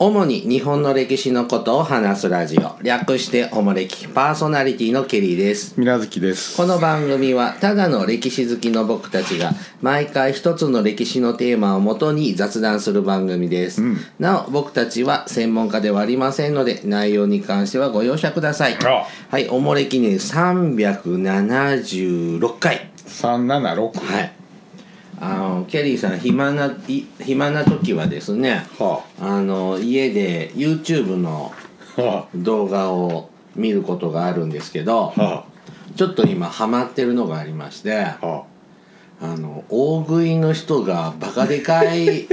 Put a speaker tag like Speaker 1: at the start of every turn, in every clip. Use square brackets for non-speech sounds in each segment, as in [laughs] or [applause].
Speaker 1: 主に日本の歴史のことを話すラジオ略しておもれきパーソナリティのケリーです
Speaker 2: みなずきです
Speaker 1: この番組はただの歴史好きの僕たちが毎回一つの歴史のテーマをもとに雑談する番組です、なお僕たちは専門家ではありませんので内容に関してはご容赦ください
Speaker 2: あ
Speaker 1: はいおもれきね376回
Speaker 2: 376
Speaker 1: はいあのケリーさん暇ない暇な時はですね
Speaker 2: は
Speaker 1: あの家で YouTube の
Speaker 2: あは
Speaker 1: 動画を見ることがあるんですけど
Speaker 2: あは
Speaker 1: ちょっと今ハマってるのがありまして
Speaker 2: あは
Speaker 1: あの大食いの人がバカでかい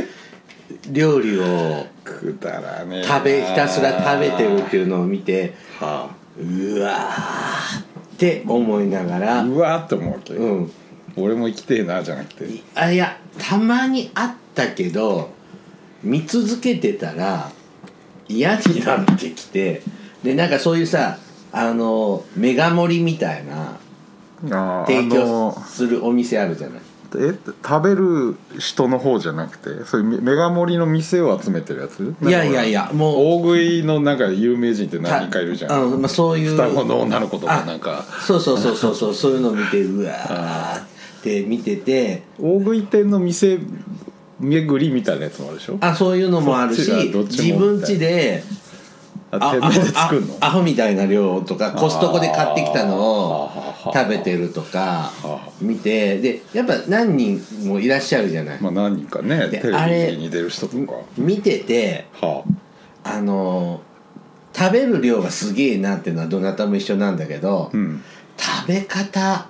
Speaker 1: 料理を
Speaker 2: あくだらねえな
Speaker 1: 食べひたすら食べてるっていうのを見て
Speaker 2: は
Speaker 1: うわーって思いなが
Speaker 2: あ
Speaker 1: ら
Speaker 2: うわーって思うわけ、
Speaker 1: うん
Speaker 2: 俺も生きてえなじゃなくて
Speaker 1: あいやたまにあったけど見続けてたら嫌になってきてでなんかそういうさあのメガ盛りみたいな
Speaker 2: あ
Speaker 1: 提供するお店あるじゃない
Speaker 2: え食べる人の方じゃなくてそういうメガ盛りの店を集めてるやつ
Speaker 1: いやいやいやもう
Speaker 2: 大食いのなんか有名人って
Speaker 1: た
Speaker 2: 何人かいるじゃ
Speaker 1: あ
Speaker 2: ん
Speaker 1: のまあ、そういう
Speaker 2: 双子の女の子とかなんか
Speaker 1: そうそうそうそうそうそういうの見てうわーって見てて
Speaker 2: 大食い店の店巡りみたいなやつもあるでしょ
Speaker 1: あそういうのもあるし
Speaker 2: そっちがどっちも
Speaker 1: 自分家で
Speaker 2: あ手前で作るの
Speaker 1: アホみたいな量とかコストコで買ってきたのを
Speaker 2: あー
Speaker 1: 食べてるとか
Speaker 2: あ
Speaker 1: 見てでやっぱ何人もいらっしゃるじゃない
Speaker 2: まあ何人かね
Speaker 1: で
Speaker 2: テ
Speaker 1: あ
Speaker 2: レ
Speaker 1: れ
Speaker 2: ビに出る人とか
Speaker 1: 見てて
Speaker 2: は
Speaker 1: あの食べる量がすげえなっていうのはどなたも一緒なんだけど、
Speaker 2: あうん
Speaker 1: 食べ方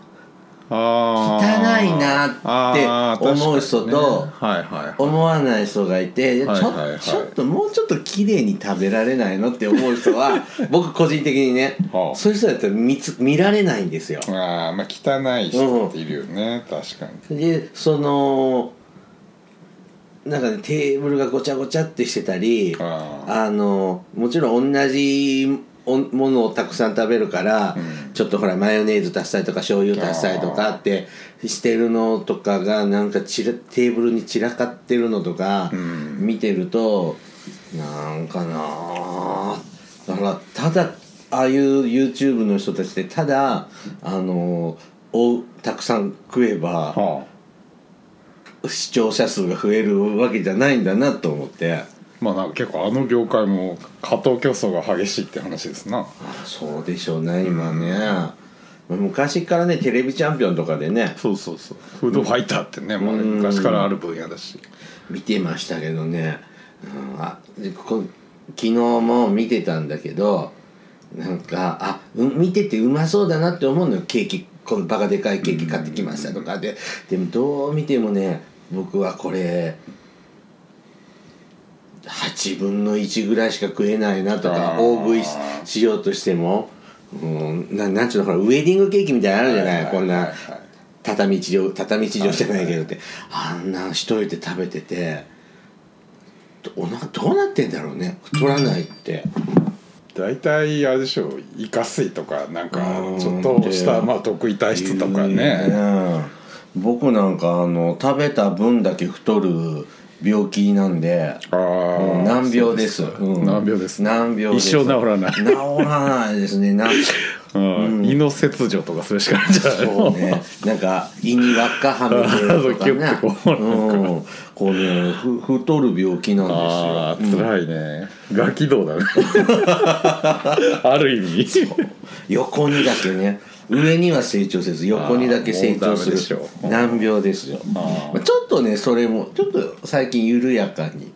Speaker 2: あ
Speaker 1: 汚いなって思う人と
Speaker 2: はいはい
Speaker 1: 思わない人がいて、
Speaker 2: はい
Speaker 1: ちょ
Speaker 2: はいはい
Speaker 1: ちょっともうちょっと綺麗に食べられないのって思う人は僕個人的にね、
Speaker 2: [laughs] はあ
Speaker 1: そういう人だったら見つ見られないんですよ。
Speaker 2: ああまあ汚い人っているよね確かに
Speaker 1: でそのなんかねテーブルがごちゃごちゃってしてたり
Speaker 2: あ
Speaker 1: あのもちろん同じおものをたくさん食べるから、
Speaker 2: うん
Speaker 1: ちょっとほらマヨネーズ足したりとか醤油足したりとかってしてるのとかがなんかちらテーブルに散らかってるのとか
Speaker 2: うん
Speaker 1: 見てると、なんかなあだからただああいう YouTube の人たちってただあのおたくさん食えば
Speaker 2: はあ
Speaker 1: 視聴者数が増えるわけじゃないんだなと思って。
Speaker 2: まあなんか結構あの業界も過当競争が激しいって話ですな
Speaker 1: あそうでしょうね今ね、昔からねテレビチャンピオンとかでね
Speaker 2: そうそうそうフードファイターってねもうね
Speaker 1: うん
Speaker 2: 昔からある分野だし
Speaker 1: 見てましたけどね、うん、あでここ昨日も見てたんだけどなんかあう見ててうまそうだなって思うのよケーキこのバカでかいケーキ買ってきましたとかででもどう見てもね僕はこれ8分の1ぐらいしか食えないなと
Speaker 2: あ
Speaker 1: か
Speaker 2: ー
Speaker 1: 大食いししようとしても、うん、ななんちゅうのほらウェディングケーキみたいなのあるじゃない,、こんな。
Speaker 2: はいはいはい
Speaker 1: 畳一畳畳一畳じゃないけどって、あんなん一人で食べててどお腹どうなってんだろうね太らないって
Speaker 2: 大体あれでしょうイカ水とかなんか
Speaker 1: うん
Speaker 2: ちょっとしたまあ得意体質とかね
Speaker 1: うん僕なんかあの食べた分だけ太る病気なんで
Speaker 2: ああ
Speaker 1: もう難病です
Speaker 2: そう
Speaker 1: う
Speaker 2: か
Speaker 1: ん
Speaker 2: 難病ですね
Speaker 1: 難病です
Speaker 2: 一生治らない
Speaker 1: [laughs] 治らないですねな
Speaker 2: うん胃の切除とかするしかないんじゃない
Speaker 1: そう
Speaker 2: の
Speaker 1: ね [laughs] なんか胃に輪っかはめてとかね
Speaker 2: そうキュッてこう
Speaker 1: うん、こうねふ太る病気なんですよ
Speaker 2: ああ辛いねガキ道だね [laughs] ある意味
Speaker 1: 横にだけね上には成長せず横にだけ成長する
Speaker 2: あーもうダメでしょ
Speaker 1: 難病ですよ
Speaker 2: あ
Speaker 1: まあちょっとねそれもちょっと最近緩やかに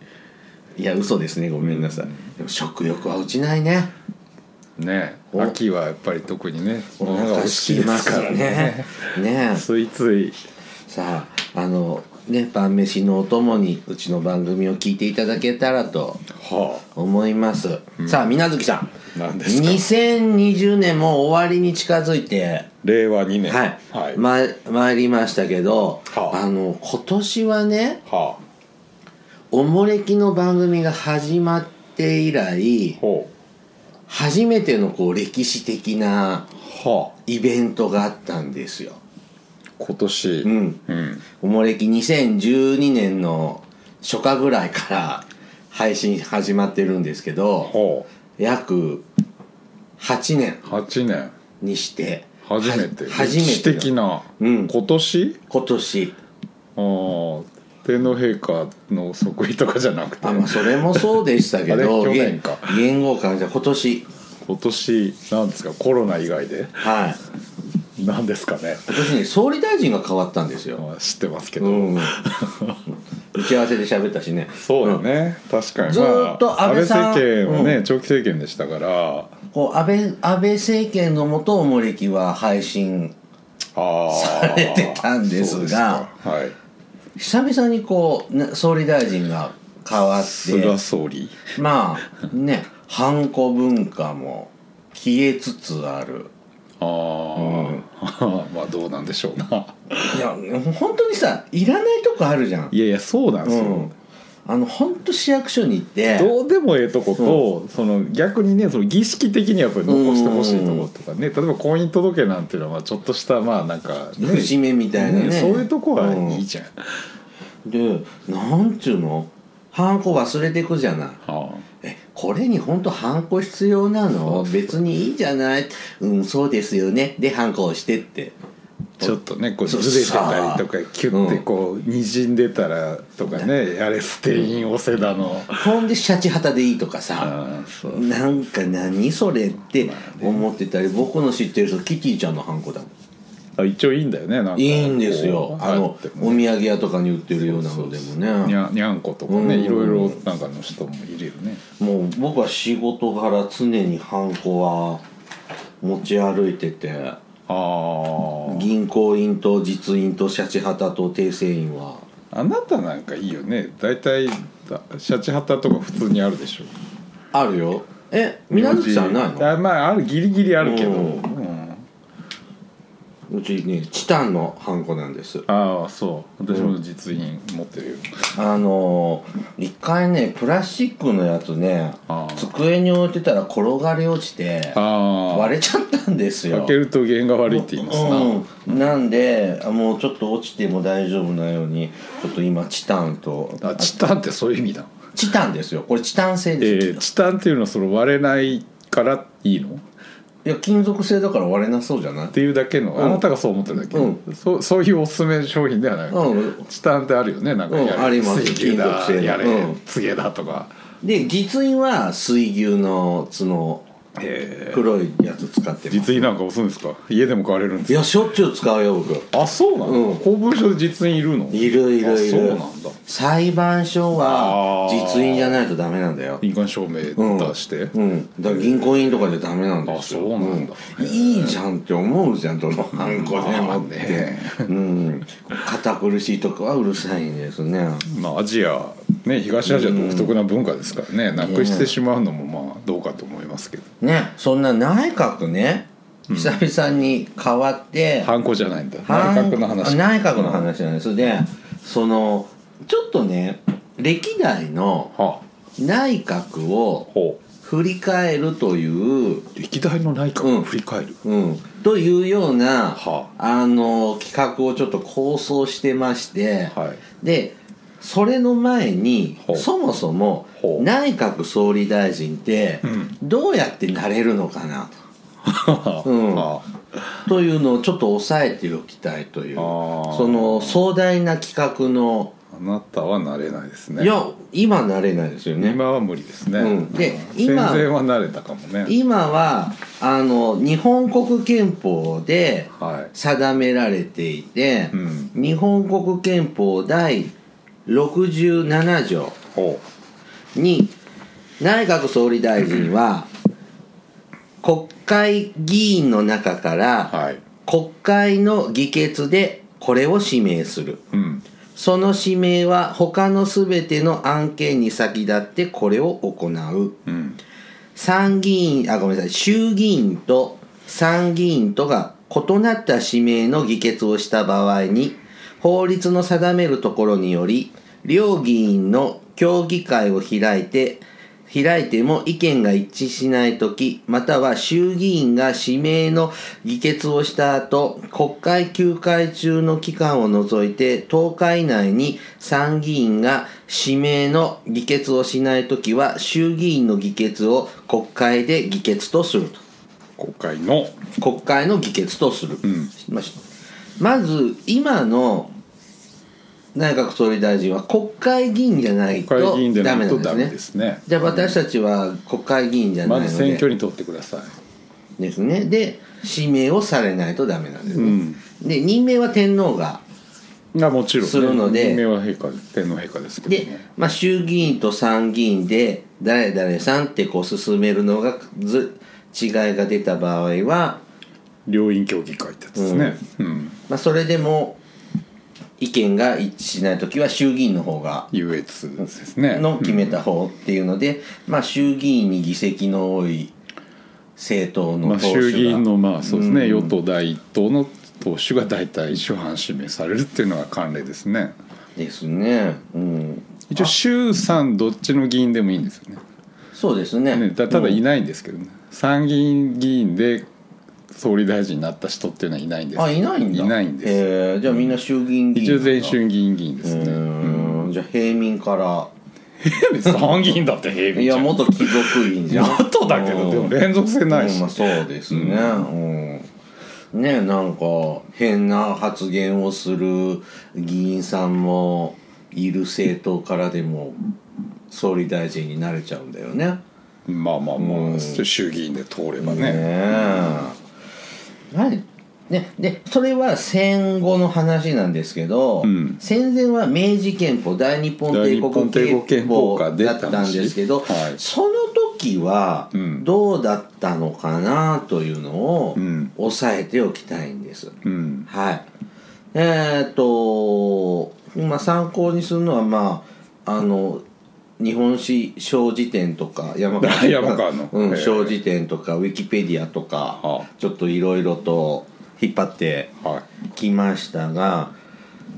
Speaker 1: いや嘘ですねごめんなさい、でも食欲は落ちないね
Speaker 2: ね
Speaker 1: お
Speaker 2: 秋はやっぱり特にね
Speaker 1: お
Speaker 2: 物が
Speaker 1: 腹
Speaker 2: 美味
Speaker 1: す
Speaker 2: し
Speaker 1: き
Speaker 2: いで
Speaker 1: ますす
Speaker 2: から
Speaker 1: ね
Speaker 2: ね
Speaker 1: ね
Speaker 2: ついつい
Speaker 1: さああのね晩飯のお供にうちの番組を聞いていただけたらと
Speaker 2: は
Speaker 1: 思います、さあ水無月さん
Speaker 2: 何ですか
Speaker 1: 2020年も終わりに近づいて
Speaker 2: あ令和2年
Speaker 1: はい、
Speaker 2: はいは
Speaker 1: ま参りましたけど、
Speaker 2: はあ
Speaker 1: あの今年はね
Speaker 2: あ
Speaker 1: おもれきの番組が始まって以来
Speaker 2: ほ
Speaker 1: 初めてのこう歴史的な
Speaker 2: うはあ
Speaker 1: イベントがあったんですよ。
Speaker 2: 今年
Speaker 1: うん、
Speaker 2: うん
Speaker 1: おもれき2012年の初夏ぐらいから配信始まってるんですけど
Speaker 2: ほ
Speaker 1: 約8年
Speaker 2: う8年
Speaker 1: にして
Speaker 2: 初めて
Speaker 1: は初め
Speaker 2: 歴
Speaker 1: て
Speaker 2: 史的な、
Speaker 1: うん
Speaker 2: 今年
Speaker 1: 今年
Speaker 2: あー天皇陛下の即位とかじゃなくて
Speaker 1: あ、まあ、それもそうでしたけど
Speaker 2: [laughs] あれ去年か
Speaker 1: 言言語化じゃ今年
Speaker 2: 今年なんですかコロナ以外で
Speaker 1: はい
Speaker 2: なんですかね
Speaker 1: 今年ね総理大臣が変わったんですよ、
Speaker 2: まあ知ってますけど、
Speaker 1: うん、
Speaker 2: [laughs]
Speaker 1: 打ち合わせで喋ったしね
Speaker 2: そうだね、確かに、
Speaker 1: ずーっと安倍さん
Speaker 2: 政権はね、
Speaker 1: う
Speaker 2: 長期政権でしたから
Speaker 1: こう安倍安倍政権のもとお歴は配信
Speaker 2: ああ
Speaker 1: されてたんですが
Speaker 2: はい
Speaker 1: 久々にこう、ね、総理大臣が変わって
Speaker 2: 菅総理
Speaker 1: まあねハンコ文化も消えつつある
Speaker 2: ああ、 [laughs] まあどうなんでしょうない
Speaker 1: や本当にさいらないとこあるじゃん
Speaker 2: いやいやそうなんですよ、
Speaker 1: うんあの本当市役所に行って
Speaker 2: どうでもええとこと、その逆にねその儀式的にやっぱり残してほしいとことかね例えば婚姻届なんていうのはまあちょっとしたまあなんか、ね、
Speaker 1: 節目みたいなね
Speaker 2: そういうとこはいいじゃん、
Speaker 1: でなんちゅうのハンコ忘れてくじゃない
Speaker 2: は
Speaker 1: えこれに本当ハンコ必要なの別にいいじゃないうんそうですよねでハンコをしてって
Speaker 2: あちょっとねこうず
Speaker 1: そう
Speaker 2: れてたりとかキュッて
Speaker 1: うん
Speaker 2: こうにじんでたらとかね、やれステインオセダの、
Speaker 1: ほんでシャチハタでいいとかさ
Speaker 2: ああそう
Speaker 1: なんか何それって思ってたり僕の知ってる人キティちゃんのハンコだもん
Speaker 2: あ一応いいんだよねなんか
Speaker 1: いいんです
Speaker 2: こ
Speaker 1: よ
Speaker 2: う
Speaker 1: あの
Speaker 2: って
Speaker 1: お土産屋とかに売ってるようなのでも
Speaker 2: に
Speaker 1: ね
Speaker 2: ゃにゃんことかね、
Speaker 1: うん
Speaker 2: いろいろなんかの人もいるよね
Speaker 1: もう僕は仕事から常にハンコは持ち歩いてて
Speaker 2: ああ
Speaker 1: 銀行員と実員とシャチハタと訂正員は
Speaker 2: あなたなんかいいよね大体だシャチハタとか普通にあるでしょ
Speaker 1: あるよえ皆月さんないの
Speaker 2: あまああるギリギリあるけど、
Speaker 1: う
Speaker 2: うんん
Speaker 1: うちねチタンのハンコなんです
Speaker 2: ああそう私も実印持ってるよ、
Speaker 1: あのー一回ねプラスチックのやつね
Speaker 2: あー
Speaker 1: 机に置いてたら転がり落ちて
Speaker 2: ああ
Speaker 1: 割れちゃったんですよ
Speaker 2: 開けると弦が悪いって言いますな、
Speaker 1: うん、なんであもうちょっと落ちても大丈夫なようにちょっと今チタンと
Speaker 2: あチタンってそういう意味だ
Speaker 1: チタンですよこれチタン製
Speaker 2: え
Speaker 1: です、
Speaker 2: ー、チタンっていうのはその割れないからいいのっ
Speaker 1: いや金属製だから割れなそうじゃない
Speaker 2: ていうだけの、
Speaker 1: ん
Speaker 2: あなたがそう思ってるだけ、
Speaker 1: う
Speaker 2: そうそういうおすすめ商品ではない、
Speaker 1: うん
Speaker 2: チタンってあるよねなんか
Speaker 1: うん
Speaker 2: やれ、
Speaker 1: あります
Speaker 2: 水牛だ
Speaker 1: 金属製の
Speaker 2: やれ、
Speaker 1: うん
Speaker 2: つげだとか
Speaker 1: で実印は水牛の角
Speaker 2: え
Speaker 1: 黒いやつ使ってます
Speaker 2: 実印なんか押すんですか家でも買われるんです
Speaker 1: いやしょっちゅう使うよ僕
Speaker 2: かあそうなの、
Speaker 1: うん
Speaker 2: 公文書で実印いるの
Speaker 1: いるいるい
Speaker 2: あそうな
Speaker 1: る
Speaker 2: んだ
Speaker 1: 裁判所は
Speaker 2: あー
Speaker 1: 実印じゃないとダメなんだよ
Speaker 2: 印鑑証明出して、
Speaker 1: うんだから銀行員とかじゃダメなんですよ
Speaker 2: あそうなんだ
Speaker 1: うんいいじゃんって思うじゃんどのハンコで
Speaker 2: まあ
Speaker 1: もって
Speaker 2: ね
Speaker 1: うん堅苦しいとこはうるさいんですね
Speaker 2: まあアジアね東アジア独特な文化ですからね、なくしてしまうのもまあどうかと思いますけど、
Speaker 1: ねそんな内閣ね久々に変わって
Speaker 2: ハンコじゃないんだ内
Speaker 1: 内
Speaker 2: 閣の話
Speaker 1: 内閣の話なんですでそのちょっとね歴代の
Speaker 2: は
Speaker 1: 内閣を
Speaker 2: ほ
Speaker 1: 振り返るという、
Speaker 2: う歴代の内閣を振り返る、
Speaker 1: うん、というような、
Speaker 2: は
Speaker 1: あの企画をちょっと構想してまして、
Speaker 2: はい
Speaker 1: でそれの前に
Speaker 2: ほう
Speaker 1: そもそも
Speaker 2: ほう
Speaker 1: 内閣総理大臣って
Speaker 2: うん
Speaker 1: どうやってなれるのかなうん
Speaker 2: [laughs] は
Speaker 1: というのをちょっと押さえておきたいという
Speaker 2: あー
Speaker 1: その壮大な企画の
Speaker 2: ああなたはなれないですね
Speaker 1: いや今なれないですよね今
Speaker 2: 今は無理ですね、
Speaker 1: うんで
Speaker 2: 戦
Speaker 1: 今
Speaker 2: 前は慣れたかもね
Speaker 1: はあの日本国憲法で
Speaker 2: はい
Speaker 1: 定められていて、
Speaker 2: うん
Speaker 1: 日本国憲法第67条
Speaker 2: ほ
Speaker 1: に内閣総理大臣は国会議員の中か
Speaker 2: う
Speaker 1: ら
Speaker 2: はい
Speaker 1: 国会の議決でこれを指名する。
Speaker 2: うん
Speaker 1: その指名は他のすべての案件に先立ってこれを行う。
Speaker 2: うん
Speaker 1: 参議院、あ、ごめんなさい、衆議院と参議院とが異なった指名の議決をした場合に、法律の定めるところにより、両議院の協議会を開いて、開いても意見が一致しないとき、または衆議院が指名の議決をした後、国会休会中の期間を除いて10日以内に参議院が指名の議決をしないときは、衆議院の議決を国会で議決とすると。
Speaker 2: 国会の
Speaker 1: 国会の議決とする、ましまず今の内閣総理大臣は国会議員じゃないと
Speaker 2: 国会議員で
Speaker 1: ダ
Speaker 2: な
Speaker 1: メ
Speaker 2: い
Speaker 1: な
Speaker 2: と
Speaker 1: んで
Speaker 2: ダ
Speaker 1: す
Speaker 2: メ
Speaker 1: ね
Speaker 2: ですね
Speaker 1: じゃあ私たちは国会議員じゃない
Speaker 2: ま
Speaker 1: ので
Speaker 2: ず選挙に取ってくださ
Speaker 1: ですねで指名をされないとダメなんです
Speaker 2: い、
Speaker 1: ね、
Speaker 2: うん、
Speaker 1: で任命は天皇が
Speaker 2: がもちろん、ね、
Speaker 1: するので
Speaker 2: 任命は陛下天皇陛下ですけど
Speaker 1: で
Speaker 2: ね、
Speaker 1: まあ、衆議院と参議院で誰々さんってこう進めるのがず違いが出た場合は、
Speaker 2: 両院協議会ってやつですね、うん
Speaker 1: まあ、それでも意見が一致しない時は衆議院の方が
Speaker 2: 優越ですね
Speaker 1: の決めた方っていうので、まあ、衆議院に議席の多い政党
Speaker 2: ま
Speaker 1: の
Speaker 2: あ、
Speaker 1: 党首が、
Speaker 2: 衆議院のまあそうですね、与党第一党の党首が大体首班指名されるっていうのが慣例ですね
Speaker 1: ですね、うん、
Speaker 2: 一応衆参どっちの議員でもいいんですよね
Speaker 1: そうですね
Speaker 2: ねたただいないんですけどね、参議院議員で総理大臣になった人っていうのはいないんです
Speaker 1: あいないんだ
Speaker 2: いないんです
Speaker 1: えーじゃあみんな衆議院議員
Speaker 2: 一応全
Speaker 1: 議
Speaker 2: 衆議院議員です
Speaker 1: 員、
Speaker 2: ね、
Speaker 1: うん、じゃあ平民から
Speaker 2: 参議院だって平
Speaker 1: い
Speaker 2: 民じゃ
Speaker 1: や
Speaker 2: ん
Speaker 1: 元貴族院じゃん
Speaker 2: 元だけ
Speaker 1: うん
Speaker 2: どでも連続性ない
Speaker 1: うん
Speaker 2: し
Speaker 1: まあ、そうですね、うんねなんか変な発言をする議員さんもいる政党からでも総理大臣になれちゃうんだよね。
Speaker 2: まあまあまあ衆議院で通れば
Speaker 1: ね
Speaker 2: ね
Speaker 1: えなんね、でそれは戦後の話なんですけど、
Speaker 2: うん
Speaker 1: 戦前は明治憲法大日本帝
Speaker 2: 大日本
Speaker 1: 国
Speaker 2: 帝国
Speaker 1: 憲
Speaker 2: 憲
Speaker 1: 法
Speaker 2: 法が出
Speaker 1: だ
Speaker 2: た
Speaker 1: っ
Speaker 2: した
Speaker 1: んですけど、
Speaker 2: はい
Speaker 1: その時は
Speaker 2: うん
Speaker 1: どうだったのかなというのを
Speaker 2: うん
Speaker 1: 押さえておきたいんです。
Speaker 2: うん
Speaker 1: はい。えーっと、まあ、参考にするのは、まあ、あの、日本史小辞典とか、山
Speaker 2: [laughs] 山川の
Speaker 1: うん、
Speaker 2: ええ
Speaker 1: 小辞典とか、ウィキペディアとか、
Speaker 2: はあ
Speaker 1: ちょっといろいろと引っ張って
Speaker 2: はい
Speaker 1: きましたが、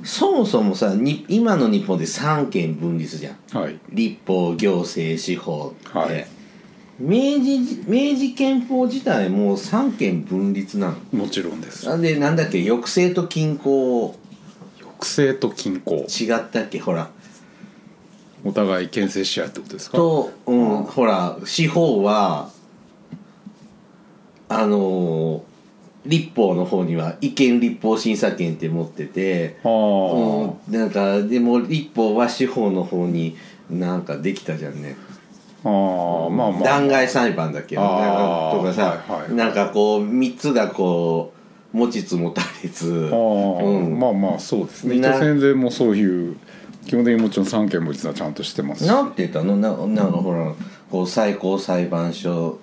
Speaker 1: そもそもさ、に今の日本で三権分立じゃん。
Speaker 2: はい
Speaker 1: 立法、行政、司法って。
Speaker 2: はい
Speaker 1: 明治、明治憲法自体も三権分立なの。
Speaker 2: もちろんです
Speaker 1: なんでなんだっけ抑制と均衡
Speaker 2: 抑制と均衡
Speaker 1: 違ったっけほら
Speaker 2: お互い牽制し合うってことですか
Speaker 1: と、うん、ほら司法はあのー立法の方には違憲立法審査権って持ってて、
Speaker 2: は
Speaker 1: うん、なんかでも立法は司法の方になんかできたじゃんね
Speaker 2: あ、ああまあまあ
Speaker 1: 弾劾裁判だっけ
Speaker 2: あ
Speaker 1: なんか
Speaker 2: ー
Speaker 1: とかさ、
Speaker 2: はいはい
Speaker 1: なんかこう3つがこう持ちつ持たれつ、
Speaker 2: ああ、
Speaker 1: うん
Speaker 2: まあまあそうですね伊
Speaker 1: な
Speaker 2: 藤先生もそういう基本的にもちろん三権分立はちゃんとしてますし
Speaker 1: なんて言ったのななんかほらこう最高裁判所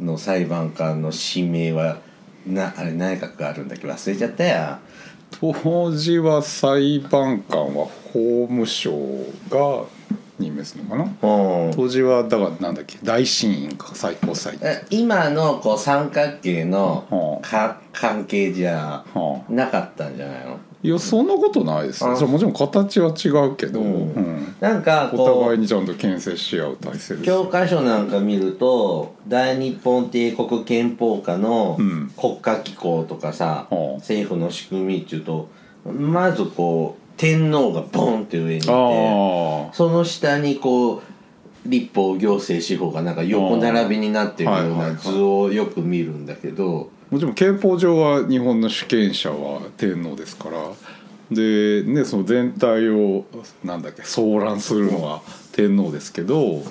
Speaker 1: の裁判官の指名はなあれ内閣があるんだっけ忘れちゃったや
Speaker 2: 当時は裁判官は法務省が任命するのかな
Speaker 1: うん
Speaker 2: 当時はだからなんだっけ大審院か最高裁
Speaker 1: え今のこう三角形の
Speaker 2: うん
Speaker 1: か関係じゃ
Speaker 2: はあ
Speaker 1: なかったんじゃないの
Speaker 2: いやそんなことないです
Speaker 1: あ
Speaker 2: よそれもちろん形は違うけど、
Speaker 1: う
Speaker 2: うんん
Speaker 1: なんか
Speaker 2: お
Speaker 1: こ
Speaker 2: 互いうにちゃんと牽制し合う体制です
Speaker 1: 教科書なんか見ると大日本帝国憲法下の
Speaker 2: うん
Speaker 1: 国家機構とかさ、
Speaker 2: うん
Speaker 1: 政府の仕組みっていうとまずこう天皇がボンって上にいて
Speaker 2: ああ
Speaker 1: その下にこう立法行政司法がなんか横並びになってるよう
Speaker 2: はいはい
Speaker 1: な
Speaker 2: はい
Speaker 1: 図をよく見るんだけど
Speaker 2: もちろん憲法上は日本の主権者は天皇ですからで、ね、その全体をなんだっけ騒乱するのは天皇ですけど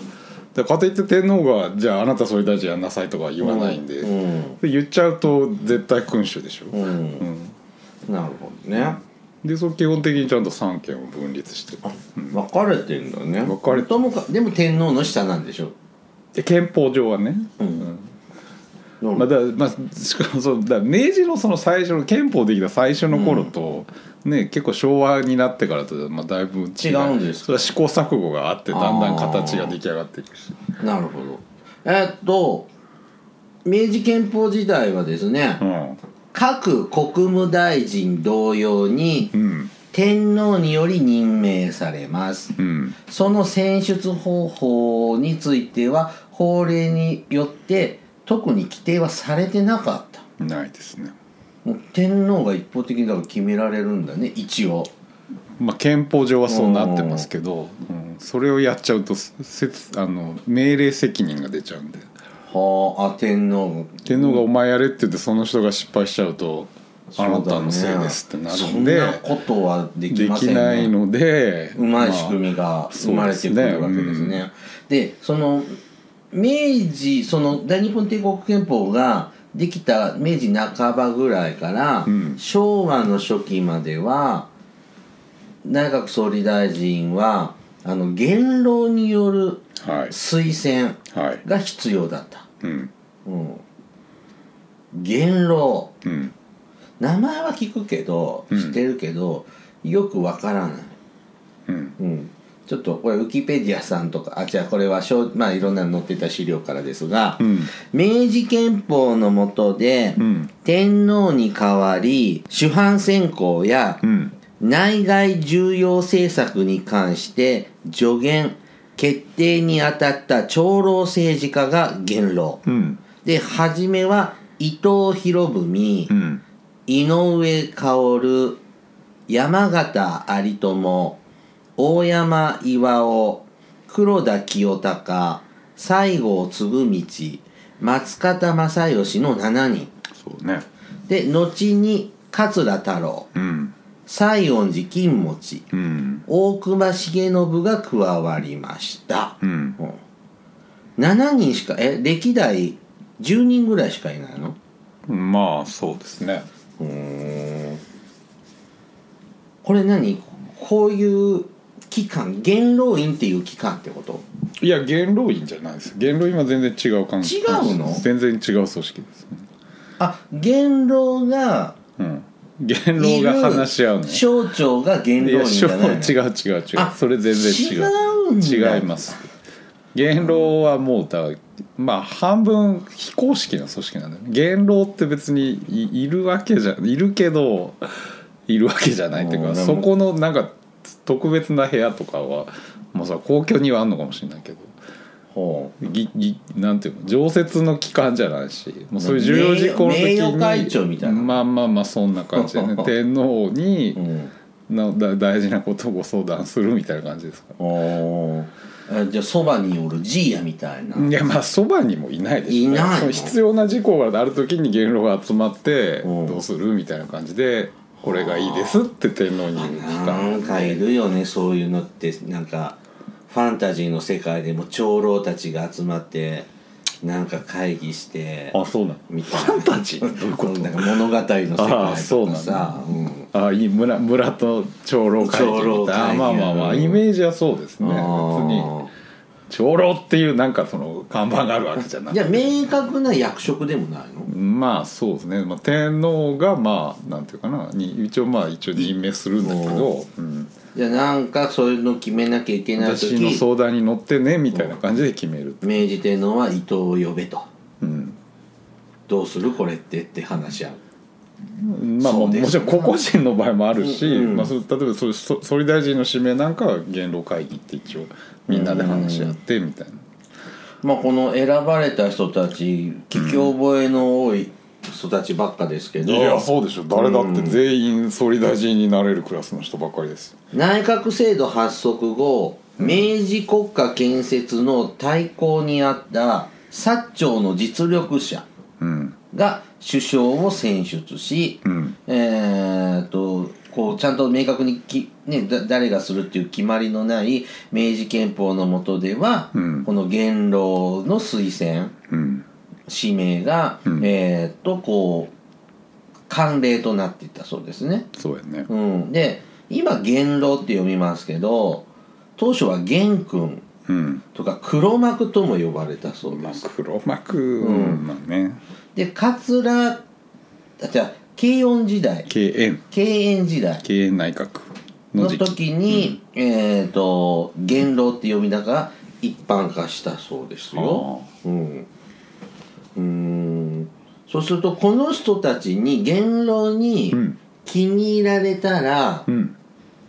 Speaker 2: だからかといって天皇が「じゃああなた総理大臣やんなさい」とかは言わないんで,、
Speaker 1: うん
Speaker 2: で言っちゃうと絶対君主でしょ。
Speaker 1: うん、なるほどね
Speaker 2: でその基本的にちゃんと三権を分立してる
Speaker 1: 分かれてんだね
Speaker 2: 分かれて
Speaker 1: ともかでも天皇の下なんでしょ
Speaker 2: で憲法上はね、
Speaker 1: うん、うん
Speaker 2: まあだまあ、しかもそのだ明治のその最初の憲法できた最初の頃と、ね、結構昭和になってからと、まあ、だいぶ違う
Speaker 1: 違うんです
Speaker 2: それは試行錯誤があってだんだん形が出来上がっていくし
Speaker 1: なるほどえっと明治憲法時代はですね、
Speaker 2: うん
Speaker 1: 各国務大臣同様に
Speaker 2: うん
Speaker 1: 天皇により任命されます
Speaker 2: うん
Speaker 1: その選出方法については法令によって特に規定はされてなかった
Speaker 2: ないですね
Speaker 1: もう天皇が一方的にだから決められるんだね一応
Speaker 2: まあ憲法上はそうなってますけど、うん、それをやっちゃうとせつあの命令責任が出ちゃうんで
Speaker 1: はああ天皇
Speaker 2: 天皇が「お前やれ」って言ってその人が失敗しちゃうと「あなたのせいです」ってなるんで
Speaker 1: そうだねそんなことはでき
Speaker 2: で
Speaker 1: ません
Speaker 2: き
Speaker 1: ね
Speaker 2: ないので
Speaker 1: うまい仕組みが生まれてくるわけですね。でその明治その大日本帝国憲法ができた明治半ばぐらいから、
Speaker 2: うん
Speaker 1: 昭和の初期までは内閣総理大臣はあの元老による
Speaker 2: まあはい
Speaker 1: 推薦
Speaker 2: はい
Speaker 1: が必要だった。
Speaker 2: うん
Speaker 1: うん、元老
Speaker 2: うん
Speaker 1: 名前は聞くけど
Speaker 2: うん
Speaker 1: 知ってるけど、よくわからない。
Speaker 2: うん
Speaker 1: うん、ちょっとこれウィキペディアさんとかあじゃあこれはしょう、まあ、いろんなの載ってた資料からですが、
Speaker 2: うん
Speaker 1: 明治憲法の下で、
Speaker 2: うん
Speaker 1: 天皇に代わり主犯選考や
Speaker 2: うん
Speaker 1: 内外重要政策に関して助言決定に当たった長老政治家が元老
Speaker 2: うん
Speaker 1: で初めは伊藤博文、
Speaker 2: うん
Speaker 1: 井上薫山形有朋大山巌黒田清隆西郷嗣道松方正義の7人
Speaker 2: そうね
Speaker 1: で後に桂太郎
Speaker 2: うん
Speaker 1: 西園寺金持
Speaker 2: うん
Speaker 1: 大隈重信が加わりました、
Speaker 2: うん
Speaker 1: うん7人しかえ歴代10人ぐらいしかいないの
Speaker 2: まあそうですね
Speaker 1: うーんこれ何こういう機関元老院っていう機関ってこと
Speaker 2: いや元老院じゃないです元老院は全然違う感じ
Speaker 1: 違うの
Speaker 2: 全然違う組織ですね
Speaker 1: あ元老が
Speaker 2: うん元
Speaker 1: い
Speaker 2: 老
Speaker 1: る
Speaker 2: が話し合うの
Speaker 1: 省庁が元
Speaker 2: い
Speaker 1: 老
Speaker 2: や
Speaker 1: 院
Speaker 2: し
Speaker 1: じ
Speaker 2: ょ
Speaker 1: ゃないの
Speaker 2: 違う違う違
Speaker 1: あ
Speaker 2: うそれ全然違
Speaker 1: 違うんだ
Speaker 2: 違います元老はもうだまあ半分非公式な組織なんだよね元老って別にいいるわけじゃいるけどいるわけじゃないっていう
Speaker 1: う
Speaker 2: か
Speaker 1: んでも
Speaker 2: そこのなんか特別な部屋とかはもうさ公共にはあんのかもしれないけど
Speaker 1: ほう
Speaker 2: ぎぎなんていうの常設の機関じゃないしもうそういう重要事項の時に
Speaker 1: 名誉名誉会長みたいな
Speaker 2: まあまあまあそんな感じで
Speaker 1: [laughs]
Speaker 2: ね天皇に
Speaker 1: うん
Speaker 2: なだ大事なことをご相談するみたいな感じですか
Speaker 1: おーえじゃあそばにおるじいやみたいな、
Speaker 2: いやまあそばにもいないでしょ
Speaker 1: いない
Speaker 2: その必要な事項がある時に元老が集まって
Speaker 1: うん
Speaker 2: どうするみたいな感じでこれがいいですって天皇に言う機
Speaker 1: なんかい
Speaker 2: 関
Speaker 1: るよねそういうのってなんかファンタジーの世界でも長老たちが集まってなんか会議して
Speaker 2: あそうな
Speaker 1: み
Speaker 2: の
Speaker 1: たいな
Speaker 2: ファンタジーってどういうこ
Speaker 1: うん
Speaker 2: と
Speaker 1: なんか物語の世
Speaker 2: ああ
Speaker 1: 界
Speaker 2: そう
Speaker 1: と
Speaker 2: な
Speaker 1: か
Speaker 2: んだ
Speaker 1: さ、うん
Speaker 2: ああいい村村と長老会議
Speaker 1: 長老
Speaker 2: みたいな
Speaker 1: 会議
Speaker 2: あまあまあまあイメージはそうですね別に
Speaker 1: あ
Speaker 2: 長老っていうなんかその看板があるわけじゃな
Speaker 1: あ
Speaker 2: い
Speaker 1: じゃあ明確な役職でもないの
Speaker 2: まあそうですね、まあ、天皇がまあなんていうかなに一応まあ一応任命するんだけど、うん
Speaker 1: じゃあなんかそういうの決めなきゃいけない時
Speaker 2: 私の相談に乗ってねみたいな感じで決める、
Speaker 1: 明治天皇は伊藤を呼べと
Speaker 2: うん
Speaker 1: どうするこれってって話し合う
Speaker 2: まあま
Speaker 1: そ
Speaker 2: あ
Speaker 1: うですね
Speaker 2: もちろん個々人の場合もあるし、
Speaker 1: うん
Speaker 2: まあ、それ例えばそれそ総理大臣の指名なんかは元老会議って一応みんなで話し合ってみたいな、
Speaker 1: まあこの選ばれた人たち聞き覚えの多い人たちばっかですけど、
Speaker 2: そうでしょ誰だって全員総理大臣になれるクラスの人ばっかりですよ
Speaker 1: 内閣制度発足後明治国家建設の対抗にあった薩長の実力者
Speaker 2: うん
Speaker 1: が首相を選出し、
Speaker 2: うん
Speaker 1: えーっとこうちゃんと明確にき、ね、だ誰がするっていう決まりのない明治憲法の下では、
Speaker 2: うん
Speaker 1: この元老の推薦
Speaker 2: うん
Speaker 1: 指名が、
Speaker 2: うん
Speaker 1: えーっとこう慣例となっていったそうですね。
Speaker 2: そうやね
Speaker 1: うん、で今元老って読みますけど当初は元君
Speaker 2: うん
Speaker 1: とか黒幕とも呼ばれたそう
Speaker 2: ま
Speaker 1: で
Speaker 2: あ
Speaker 1: す。
Speaker 2: 黒幕、
Speaker 1: うん
Speaker 2: まあね
Speaker 1: で桂あじゃあ慶應時代
Speaker 2: 敬遠
Speaker 1: 慶延時代
Speaker 2: 敬遠内閣の
Speaker 1: の
Speaker 2: 時期
Speaker 1: 時に、えっ、と元老って呼び名が一般化したそうですよ。うん、うーんそうするとこの人たちに元老に
Speaker 2: うん
Speaker 1: 気に入られたら、
Speaker 2: うん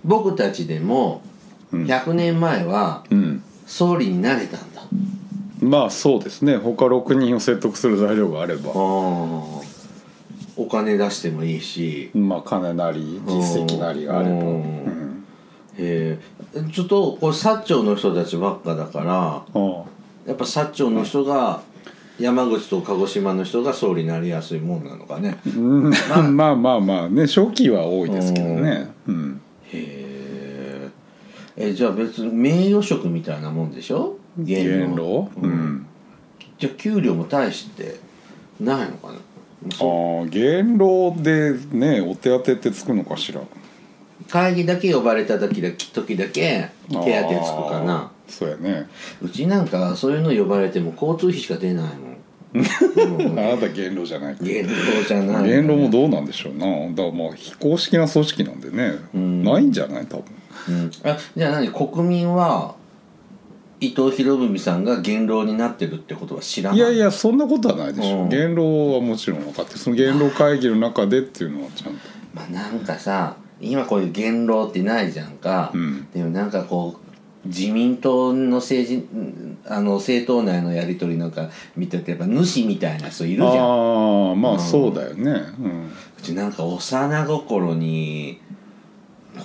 Speaker 1: 僕たちでも
Speaker 2: うん
Speaker 1: 100年前は
Speaker 2: うん
Speaker 1: 総理になれたんだ、
Speaker 2: まあそうですね他6人を説得する材料があれ
Speaker 1: あ
Speaker 2: ば
Speaker 1: ーお金出してもいいし、
Speaker 2: まあ金なり実績なりがあれば、
Speaker 1: う
Speaker 2: うんん、
Speaker 1: えーちょっとこれ薩長の人たちばっかだから
Speaker 2: あ
Speaker 1: やっぱ薩長の人が山口と鹿児島の人が総理になりやすいもんなのかね
Speaker 2: あうんまあまあまあね初期は多いですけどね、うん、
Speaker 1: へーえじゃあ別に名誉職みたいなもんでしょ
Speaker 2: 元老、う
Speaker 1: うん
Speaker 2: ん
Speaker 1: じゃあ給料も大してないのかな
Speaker 2: ああ元老でねお手当てってつくのかしら
Speaker 1: 会議だけ呼ばれた時だ時だけ手当てつくかな
Speaker 2: あーそうやね
Speaker 1: うちなんかそういうの呼ばれても交通費しか出ないもん
Speaker 2: あなた元老じゃないか
Speaker 1: 元老じゃない
Speaker 2: 元老もどうなんでしょうなだからまあ非公式な組織なんでね、
Speaker 1: ん
Speaker 2: ないんじゃない多分
Speaker 1: うん、あじゃあ何国民は伊藤博文さんが元老になってるってことは知らない
Speaker 2: いやいやそんなことはないでしょ、
Speaker 1: うん
Speaker 2: 元老はもちろん分かってるその元老会議の中でっていうのはちゃんと
Speaker 1: まあ、なんかさ今こういう元老ってないじゃんか、
Speaker 2: うん
Speaker 1: でもなんかこう自民党の政治うんあの政党内のやり取りなんか見ててやっぱ主みたいな人いるじゃんう
Speaker 2: ああま
Speaker 1: うん
Speaker 2: あそうだよね、うん
Speaker 1: ちなんか幼心に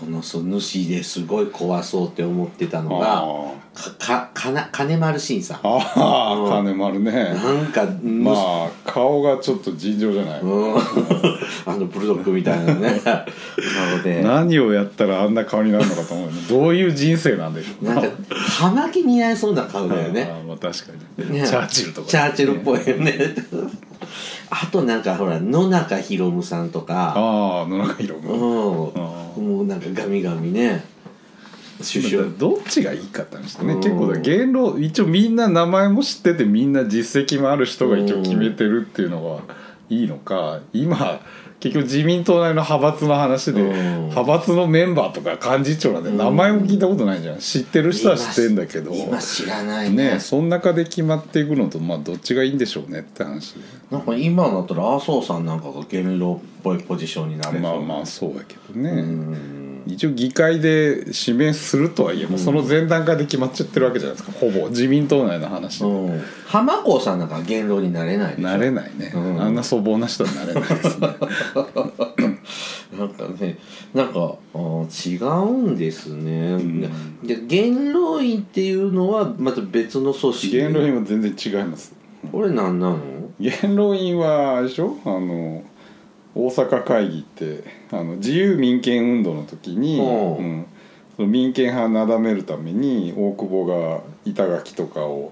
Speaker 1: この人主ですごい怖そうって思ってたのが
Speaker 2: あ
Speaker 1: かかかな金丸信さん
Speaker 2: ああ
Speaker 1: うん
Speaker 2: あ金丸ね
Speaker 1: なんか主
Speaker 2: まあ顔がちょっと尋常じゃない、
Speaker 1: うん、 [laughs] あのブルドッグみたいなね顔でな
Speaker 2: 何をやったらあんな顔になるのか
Speaker 1: [laughs]
Speaker 2: と思うよねどういう人生なんでしょう
Speaker 1: なんか葉巻似合いそうな顔だよね
Speaker 2: ああまあ確かに、
Speaker 1: ね
Speaker 2: チャーチルとかね、
Speaker 1: チャーチルっぽいよ
Speaker 2: [laughs]
Speaker 1: ねあとなんかほら野中ひろむさんとか
Speaker 2: ああ野中宏
Speaker 1: うん
Speaker 2: も
Speaker 1: も
Speaker 2: あー
Speaker 1: うなんかガミガミね首
Speaker 2: だか
Speaker 1: 相
Speaker 2: らどっちがいいかって話だね
Speaker 1: うん
Speaker 2: 結構だから元老一応みんな名前も知っててみんな実績もある人が一応決めてるっていうのがいいのか今結局自民党内の派閥の話で
Speaker 1: うん
Speaker 2: 派閥のメンバーとか幹事長なんで名前も聞いたことないじゃん知ってる人は知ってんだけど
Speaker 1: 今今知らないね
Speaker 2: ねその中で決まっていくのとまあどっちがいいんでしょうねって話で
Speaker 1: なんか今だったら麻生さんなんかが元老っぽいポジションになれそう
Speaker 2: まあまあそうやけどね、
Speaker 1: うん
Speaker 2: 一応議会で指名するとはいえもうその前段階で決まっちゃってるわけじゃないですか、ほぼ自民党内の話で
Speaker 1: うん浜子さんなんか元老になれないでしょ
Speaker 2: なれないね、
Speaker 1: うん
Speaker 2: あんな粗暴な人はなれないで
Speaker 1: [laughs]
Speaker 2: すね
Speaker 1: なんかねなんかあー違うんですね、
Speaker 2: ん
Speaker 1: で元老院っていうのはまた別の組織
Speaker 2: 元老院は全然違います
Speaker 1: これ何なの
Speaker 2: 元老院はあれでしょあの大阪会議ってあの自由民権運動の時に、
Speaker 1: うん
Speaker 2: うんその民権派をなだめるために大久保が板垣とかを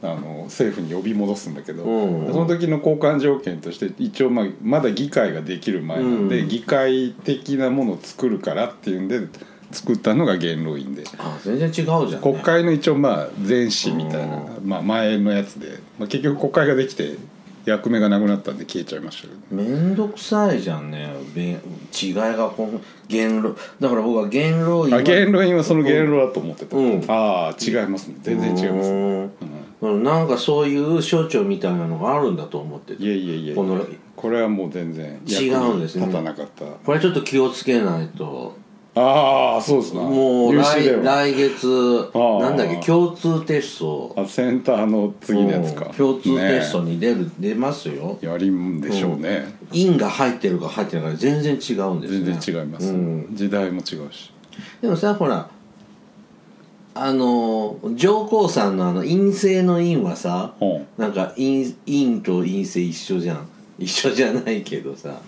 Speaker 2: あの政府に呼び戻すんだけど、
Speaker 1: うん
Speaker 2: その時の交換条件として一応、まあ、まだ議会ができる前なんで、
Speaker 1: うん
Speaker 2: 議会的なものを作るからっていうんで作ったのが元老院で。
Speaker 1: あ全然違うじゃん、ね、
Speaker 2: 国会の一応まあ前史みたいな、まあ、前のやつで、まあ、結局国会ができて役目がなくなったんで消えちゃいましたけど
Speaker 1: めんどくさいじゃんねべ違いがこの元老だから僕は元老院は
Speaker 2: あ元老院はその元老だと思ってた、
Speaker 1: うん
Speaker 2: ああ違いますね全然違いますね、
Speaker 1: うんうんなんかそういう省庁みたいなのがあるんだと思ってて
Speaker 2: いやいやいや
Speaker 1: この
Speaker 2: これはもう全然
Speaker 1: 違うんですね
Speaker 2: 役に立たなかった
Speaker 1: これちょっと気をつけないと
Speaker 2: ああそうですな
Speaker 1: もう
Speaker 2: 入試で
Speaker 1: 来
Speaker 2: は
Speaker 1: 来月
Speaker 2: あー
Speaker 1: なんだっけ共通テスト
Speaker 2: あセンターの次のやつか
Speaker 1: うん共通テスト
Speaker 2: ね
Speaker 1: に出る、出ますよ
Speaker 2: やりんでしょうね、
Speaker 1: 印が入ってるか入ってないかで全然違うんですね
Speaker 2: 全然違います、
Speaker 1: うん
Speaker 2: 時代も違うし
Speaker 1: でもさほらあの上皇さんのあの陰性の陰はさ
Speaker 2: うん
Speaker 1: なんか陰陰と陰性一緒じゃん一緒じゃないけどさ、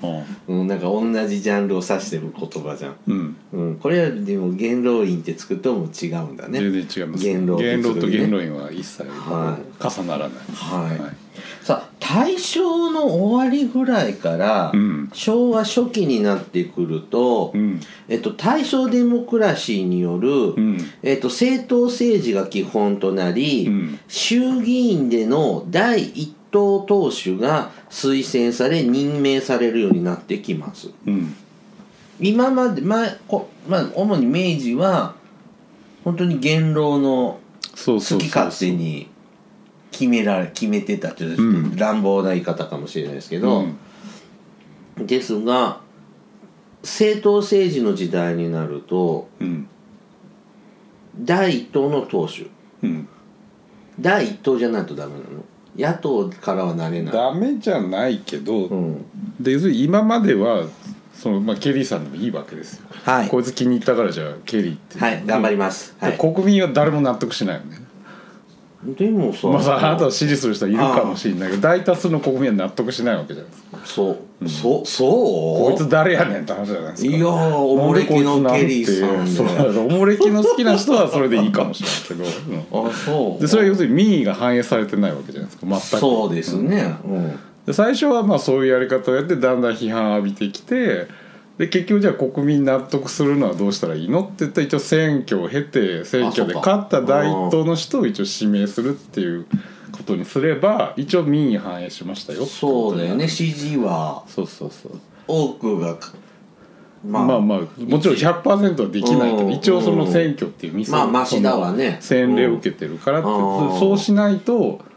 Speaker 2: うん
Speaker 1: うん、なんか同じジャンルを指してる言葉じゃん、
Speaker 2: うん
Speaker 1: うん、これはでも元老院ってつくとも違うんだね
Speaker 2: 全然違います
Speaker 1: 元老
Speaker 2: 元老
Speaker 1: と
Speaker 2: と
Speaker 1: ね
Speaker 2: 元老院は一切
Speaker 1: は
Speaker 2: 重ならない
Speaker 1: はいさあ大正の終わりぐらいから、
Speaker 2: うん
Speaker 1: 昭和初期になってくると、
Speaker 2: うん
Speaker 1: えっと、大正デモクラシーによる、
Speaker 2: うん
Speaker 1: えっと、政党政治が基本となり、
Speaker 2: うん
Speaker 1: 衆議院での第一党党首が推薦され任命されるようになってきます
Speaker 2: うん
Speaker 1: 今まで、まあこまあ、主に明治は本当に元老の
Speaker 2: そう
Speaker 1: 好
Speaker 2: そう
Speaker 1: き
Speaker 2: そう
Speaker 1: 勝手に決められ決めてたっていう
Speaker 2: うん
Speaker 1: 乱暴な言い方かもしれないですけ
Speaker 2: う
Speaker 1: ど、
Speaker 2: ん
Speaker 1: ですが政党政治の時代になると
Speaker 2: うん
Speaker 1: 第一党の党首
Speaker 2: うん
Speaker 1: 第一党じゃないとダメなの野党からはなれない
Speaker 2: ダメじゃないけど、
Speaker 1: うん
Speaker 2: で要するに今まではその、まあ、ケリーさんでもいいわけですよ、
Speaker 1: はい
Speaker 2: こいつ気に入ったからじゃあケリーって
Speaker 1: はい頑張ります、は
Speaker 2: で
Speaker 1: い、
Speaker 2: 国民は誰も納得しないよね
Speaker 1: でもさ、
Speaker 2: まあさあなたを支持する人はいるかもしれないけど大多数の国民は納得しないわけじゃないですか
Speaker 1: そう、そそう
Speaker 2: こいつ誰やねんって話じゃないですか
Speaker 1: いやーおもれきのケリーさん
Speaker 2: そう
Speaker 1: で
Speaker 2: おもれきの好きな人はそれでいいかもしれないけど、うん
Speaker 1: あそう
Speaker 2: でそれは要するに民意が反映されてないわけじゃないですか全く
Speaker 1: そうですね、うん
Speaker 2: で最初はまあそういうやり方をやってだんだん批判を浴びてきてで結局じゃあ国民納得するのはどうしたらいいのって言ったら一応選挙を経て選挙で
Speaker 1: あそうか
Speaker 2: 勝った第一党の人を一応指名するっていうことにすれば一応民意反映しましたよ
Speaker 1: そうだよね支持は
Speaker 2: そうそうそう
Speaker 1: 多くがま
Speaker 2: まあ、まあもちろん100%はできないけ
Speaker 1: う
Speaker 2: ど
Speaker 1: ん
Speaker 2: 一応その選挙っていうミス
Speaker 1: まあマシだわね
Speaker 2: その洗礼を受けてるからって
Speaker 1: うんあー
Speaker 2: そうしないと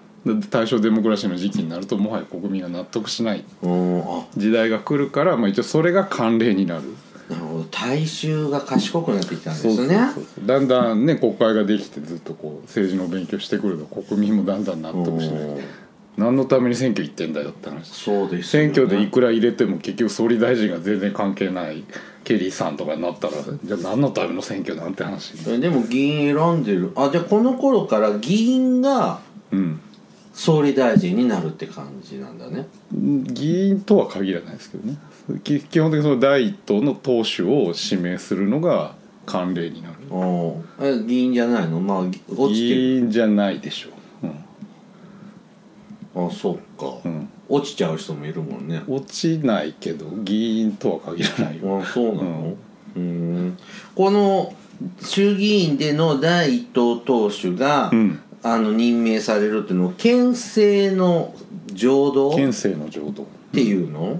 Speaker 2: 大正デモクラシーの時期になるともはや国民が納得しない
Speaker 1: うんあ
Speaker 2: 時代が来るから、まあ、一応それが慣例になる
Speaker 1: なるほど大衆が賢くなってきたんですね
Speaker 2: だんだんね国会ができてずっとこう政治の勉強してくると国民もだんだん納得しない
Speaker 1: うん
Speaker 2: 何のために選挙行ってんだよって話
Speaker 1: そうですよ
Speaker 2: 選
Speaker 1: ね
Speaker 2: 挙でいくら入れても結局総理大臣が全然関係ないケリーさんとかになったらじゃあ何のための選挙なんて話
Speaker 1: えでも議員選んでるあじゃあこの頃から議員が
Speaker 2: うん
Speaker 1: 総理大臣になるって感じなんだね
Speaker 2: 議員とは限らないですけどねき基本的にその第一党の党首を指名するのが慣例になる
Speaker 1: おうえ議員じゃないのまあ落ちてる
Speaker 2: 議員じゃないでしょう、うん
Speaker 1: あそっか、
Speaker 2: うん
Speaker 1: 落ちちゃう人もいるもんね
Speaker 2: 落ちないけど議員とは限らないよ
Speaker 1: あそうなのうんこの衆議院での第一党党首が、
Speaker 2: うん
Speaker 1: あの任命されるっていうのを憲政の浄土
Speaker 2: 県
Speaker 1: っ
Speaker 2: 政の浄土
Speaker 1: ていうの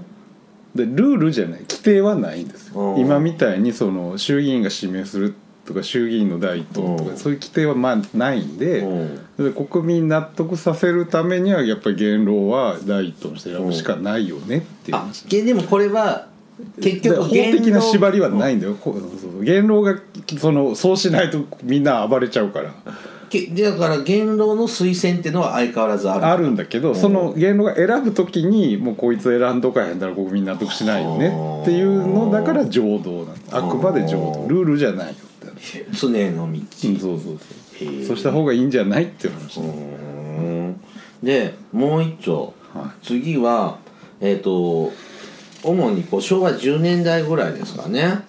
Speaker 2: でルールじゃない規定はないんですよ
Speaker 1: うん
Speaker 2: 今みたいにその衆議院が指名するとか衆議院の第一党と
Speaker 1: う
Speaker 2: か
Speaker 1: ん
Speaker 2: そういう規定はまあないんで
Speaker 1: うん
Speaker 2: で国民納得させるためにはやっぱり元老は第一党の人選ぶしかないよねっていう
Speaker 1: あ
Speaker 2: 話
Speaker 1: けでもこれは結
Speaker 2: だから
Speaker 1: 局
Speaker 2: 法的な縛りはないいんだよこうそうそう元老がそのそうしないとみんな暴れちゃうから
Speaker 1: だから元老の推薦っていうのは相変わらずある
Speaker 2: あるんだけどその言論が選ぶときにもうこいつ選んどかへんだら国民納得しないよねっていうのだから浄土なんだあくまで浄土ルールじゃないよって話
Speaker 1: 常の道
Speaker 2: うんそうそうそ
Speaker 1: へえ
Speaker 2: うそうした方がいいんじゃないっていう話
Speaker 1: うーんでもう一丁、
Speaker 2: は
Speaker 1: 次はえっ、と主にこう昭和10年代ぐらいですかね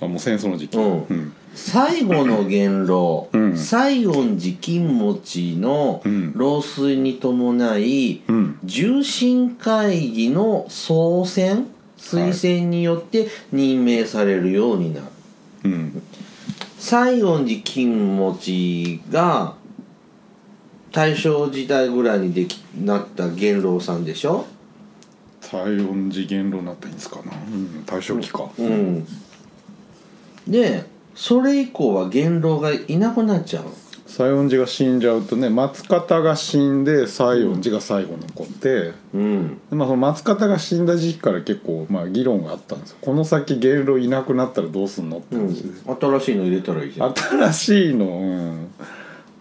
Speaker 2: あもう戦争の時期
Speaker 1: うん
Speaker 2: うん
Speaker 1: 最後の元老、
Speaker 2: うん
Speaker 1: 西園寺金持ちの
Speaker 2: うん
Speaker 1: 老衰に伴い、
Speaker 2: うん
Speaker 1: 重臣会議の総選推薦によって任命されるようになる、
Speaker 2: うん
Speaker 1: 西園寺金持ちが大正時代ぐらいにできなった元老さんでしょ
Speaker 2: 西園寺元老になったらいいんですかなうん大正期か
Speaker 1: うんでそれ以降は元老がいなくなっちゃう
Speaker 2: 西園寺が死んじゃうとね松方が死んで西園寺が最後残って
Speaker 1: うん
Speaker 2: でまあ、その松方が死んだ時期から結構まあ議論があったんですよこの先元老いなくなったらどうすんのって
Speaker 1: う
Speaker 2: 話で、
Speaker 1: ん、新しいの入れたらいいじゃん
Speaker 2: 新しいの、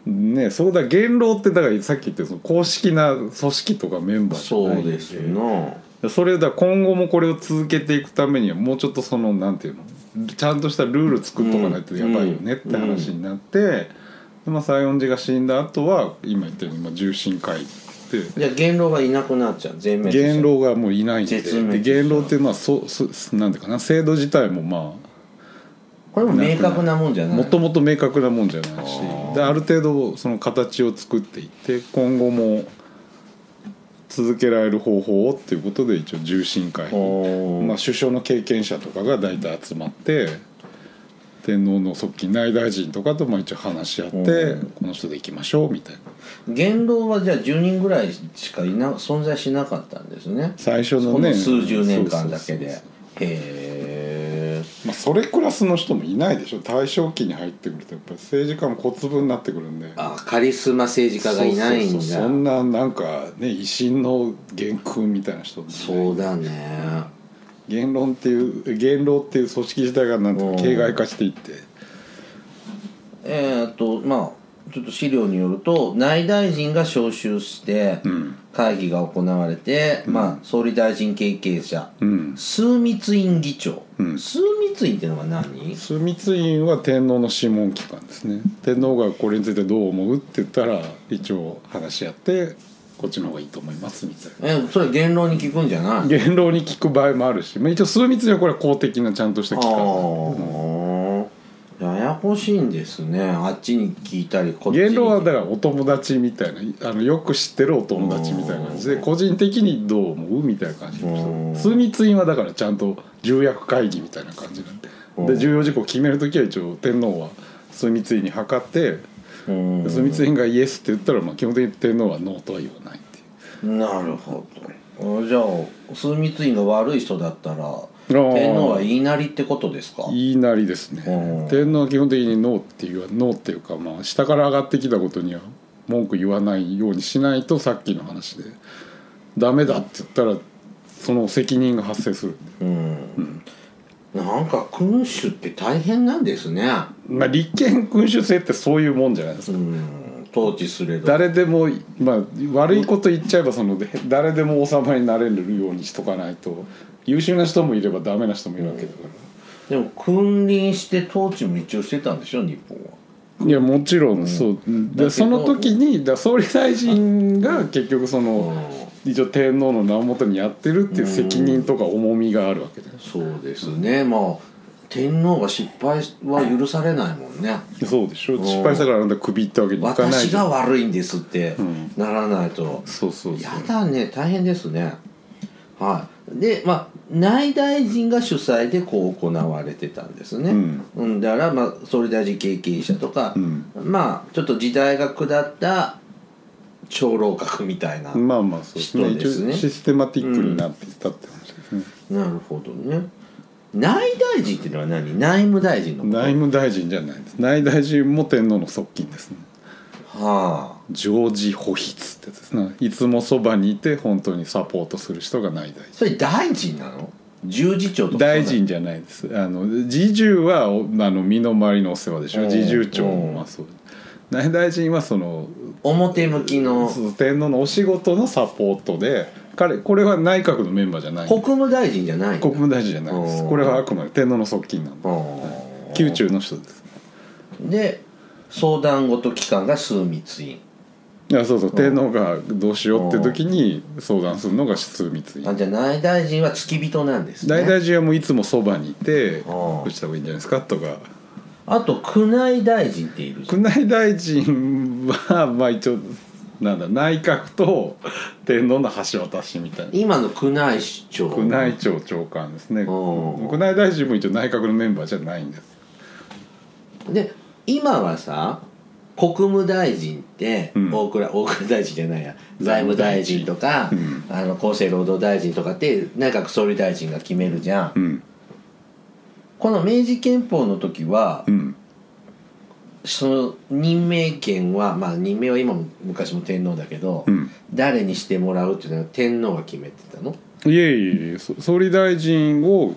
Speaker 2: うん、ねそうだ元老ってだからさっき言ってその公式な組織とかメンバーじゃ
Speaker 1: そ
Speaker 2: ないう
Speaker 1: ですな
Speaker 2: それだから今後もこれを続けていくためにはもうちょっとそのなんていうのちゃんとしたルール作っとかないとやばいよねって話になって、でまあ、西園寺が死んだ後は今言ったようにまあ重臣会議って
Speaker 1: じゃあ元老がいなくなっちゃう全滅しちゃう
Speaker 2: 元老がもういないんで
Speaker 1: 絶滅
Speaker 2: で
Speaker 1: した
Speaker 2: 元老ってまあそうそなんていうかな制度自体もま
Speaker 1: これも明確なもんじゃ
Speaker 2: あ
Speaker 1: ない
Speaker 2: もともと明確なもんじゃないし
Speaker 1: あー
Speaker 2: である程度その形を作っていって今後も続けられる方法をっていうことで一応重臣会
Speaker 1: おー
Speaker 2: まあ、首相の経験者とかが大体集まって天皇の側近内大臣とかとまあ一応話し合って
Speaker 1: うん
Speaker 2: この人でいきましょうみたいな
Speaker 1: 元老はじゃあ10人ぐらいしかいな存在しなかったんですね
Speaker 2: 最初の
Speaker 1: この
Speaker 2: ね
Speaker 1: 数十年間だ
Speaker 2: そうそうそ
Speaker 1: け
Speaker 2: うそう
Speaker 1: でへえ
Speaker 2: まあ、それクラスの人もいないでしょ大正期に入ってくるとやっぱり政治家も小粒になってくるんで
Speaker 1: あカリスマ政治家がいないん
Speaker 2: そ
Speaker 1: だ
Speaker 2: う
Speaker 1: そう
Speaker 2: そうそうそんななんかね維新の元勲みたいな人もね
Speaker 1: だね
Speaker 2: 元老っていう元老っていう組織自体がなんと形骸化していって
Speaker 1: えーっとまあちょっと資料によると内大臣が招集して
Speaker 2: ん
Speaker 1: 会議が行われて、まあ、総理大臣経験者、
Speaker 2: うん
Speaker 1: 枢密院議長、
Speaker 2: うん
Speaker 1: 枢密院ってのは何
Speaker 2: 枢密院は天皇の諮問機関ですね天皇がこれについてどう思うって言ったら一応話し合ってこっちの方がいいと思いますみたいな
Speaker 1: えそれ言論に聞くんじゃない
Speaker 2: 元老に聞く場合もあるし、まあ、一応枢密院はこれは公的なちゃんとした
Speaker 1: あ
Speaker 2: 機関
Speaker 1: ーややこしいんですねあっちに聞いたりこっちに
Speaker 2: 元老はだからお友達みたいなあのよく知ってるお友達みたいな感じで個人的にどう思うみたいな感じの
Speaker 1: うん
Speaker 2: 人枢密院はだからちゃんと重役会議みたいな感じなんで
Speaker 1: うん
Speaker 2: で重要事項を決める時は一応天皇は枢密院に諮って
Speaker 1: うん
Speaker 2: 枢密院がイエスって言ったらまあ基本的に天皇はノーとは言わないっていう
Speaker 1: なるほどあじゃあ枢密院が悪い人だったら
Speaker 2: ー
Speaker 1: 天皇は言いなりってことですか
Speaker 2: 言いなりですね
Speaker 1: うん
Speaker 2: 天皇は基本的にノーっていうノーっていうかまあ下から上がってきたことには文句言わないようにしないとさっきの話でダメだって言ったらその責任が発生する、
Speaker 1: うん、なんか君主って大変なんですね
Speaker 2: まあ、立憲君主制ってそういうもんじゃないです
Speaker 1: う
Speaker 2: か
Speaker 1: ん統治すれど
Speaker 2: 誰でも、まあ、悪いこと言っちゃえばそので誰でも王様になれるようにしとかないと優秀な人もいればダメな人もいるわけだか
Speaker 1: で
Speaker 2: ら。
Speaker 1: も君臨して統治も一応してたんでしょ日本はい
Speaker 2: やもちろんそう、
Speaker 1: だけど
Speaker 2: でその時にだ総理大臣が結局その、一応天皇の名元にやってるっていう責任とか重みがあるわけだよ
Speaker 1: そうですねまあ天皇は失敗は許されないもんね
Speaker 2: そうでしょ失敗したからあんた首ってわけにいかない
Speaker 1: 私
Speaker 2: じ
Speaker 1: が
Speaker 2: ゃん
Speaker 1: 悪いんですって
Speaker 2: ん
Speaker 1: ならないと、
Speaker 2: そうそうそ
Speaker 1: や
Speaker 2: う
Speaker 1: だね大変ですねはいでまあ内大臣が主催でこう行われてたんですね、
Speaker 2: うん
Speaker 1: うんだから、まあ、総理大臣経験者とか、
Speaker 2: うん
Speaker 1: まあちょっと時代が下った長老閣みたいな、
Speaker 2: まあまあそうですね
Speaker 1: 人ですね
Speaker 2: 一応システマティックになっていったって話ですね、
Speaker 1: なるほどね内大臣っていうのは何内務大臣のこと
Speaker 2: 内務大臣じゃないです内大臣も天皇の側近ですね
Speaker 1: は
Speaker 2: 常時保筆ってやつですねいつもそばにいて本当にサポートする人が内大臣
Speaker 1: あそれ大臣なの十字長とか
Speaker 2: 大臣じゃないですあの侍従はおあの身の回りのお世話でしょ
Speaker 1: うん
Speaker 2: 侍従長
Speaker 1: う
Speaker 2: も
Speaker 1: ん
Speaker 2: まあそう内大臣はその
Speaker 1: 表向きの
Speaker 2: そう天皇のお仕事のサポートで彼これは内閣のメンバーじゃない
Speaker 1: 国
Speaker 2: 国
Speaker 1: 務大臣じゃないの
Speaker 2: 務大臣じゃないで
Speaker 1: う
Speaker 2: す
Speaker 1: ん
Speaker 2: これはあくまで天皇の側近なんで
Speaker 1: うん
Speaker 2: 宮中の人です
Speaker 1: で相談事機関が枢密院
Speaker 2: いやそうそう天皇がどうしようって時に相談するのが枢密
Speaker 1: あ
Speaker 2: 院
Speaker 1: じゃあ内大臣は付き人なんですね
Speaker 2: 内大臣はもういつもそばにいて
Speaker 1: ん
Speaker 2: こうした方がいいんじゃないですかとか
Speaker 1: あと宮内大臣っているじゃん
Speaker 2: 宮内大臣はまあ一応なんだ内閣と天皇の橋渡しみたいな
Speaker 1: 今の宮内市長
Speaker 2: 宮内庁長官ですね
Speaker 1: うん
Speaker 2: 宮内大臣も一応内閣のメンバーじゃないんです
Speaker 1: で今はさ国務大臣って、
Speaker 2: うん
Speaker 1: 大蔵大蔵大臣じゃないや財務大臣とか、
Speaker 2: うん
Speaker 1: あの厚生労働大臣とかって内閣総理大臣が決めるじゃん、
Speaker 2: うん
Speaker 1: この明治憲法の時は、
Speaker 2: うん
Speaker 1: その任命権はまあ任命は今も昔も天皇だけど、
Speaker 2: うん
Speaker 1: 誰にしてもらうっていうのは天皇が決めてたの
Speaker 2: いえいえいえそ総理大臣を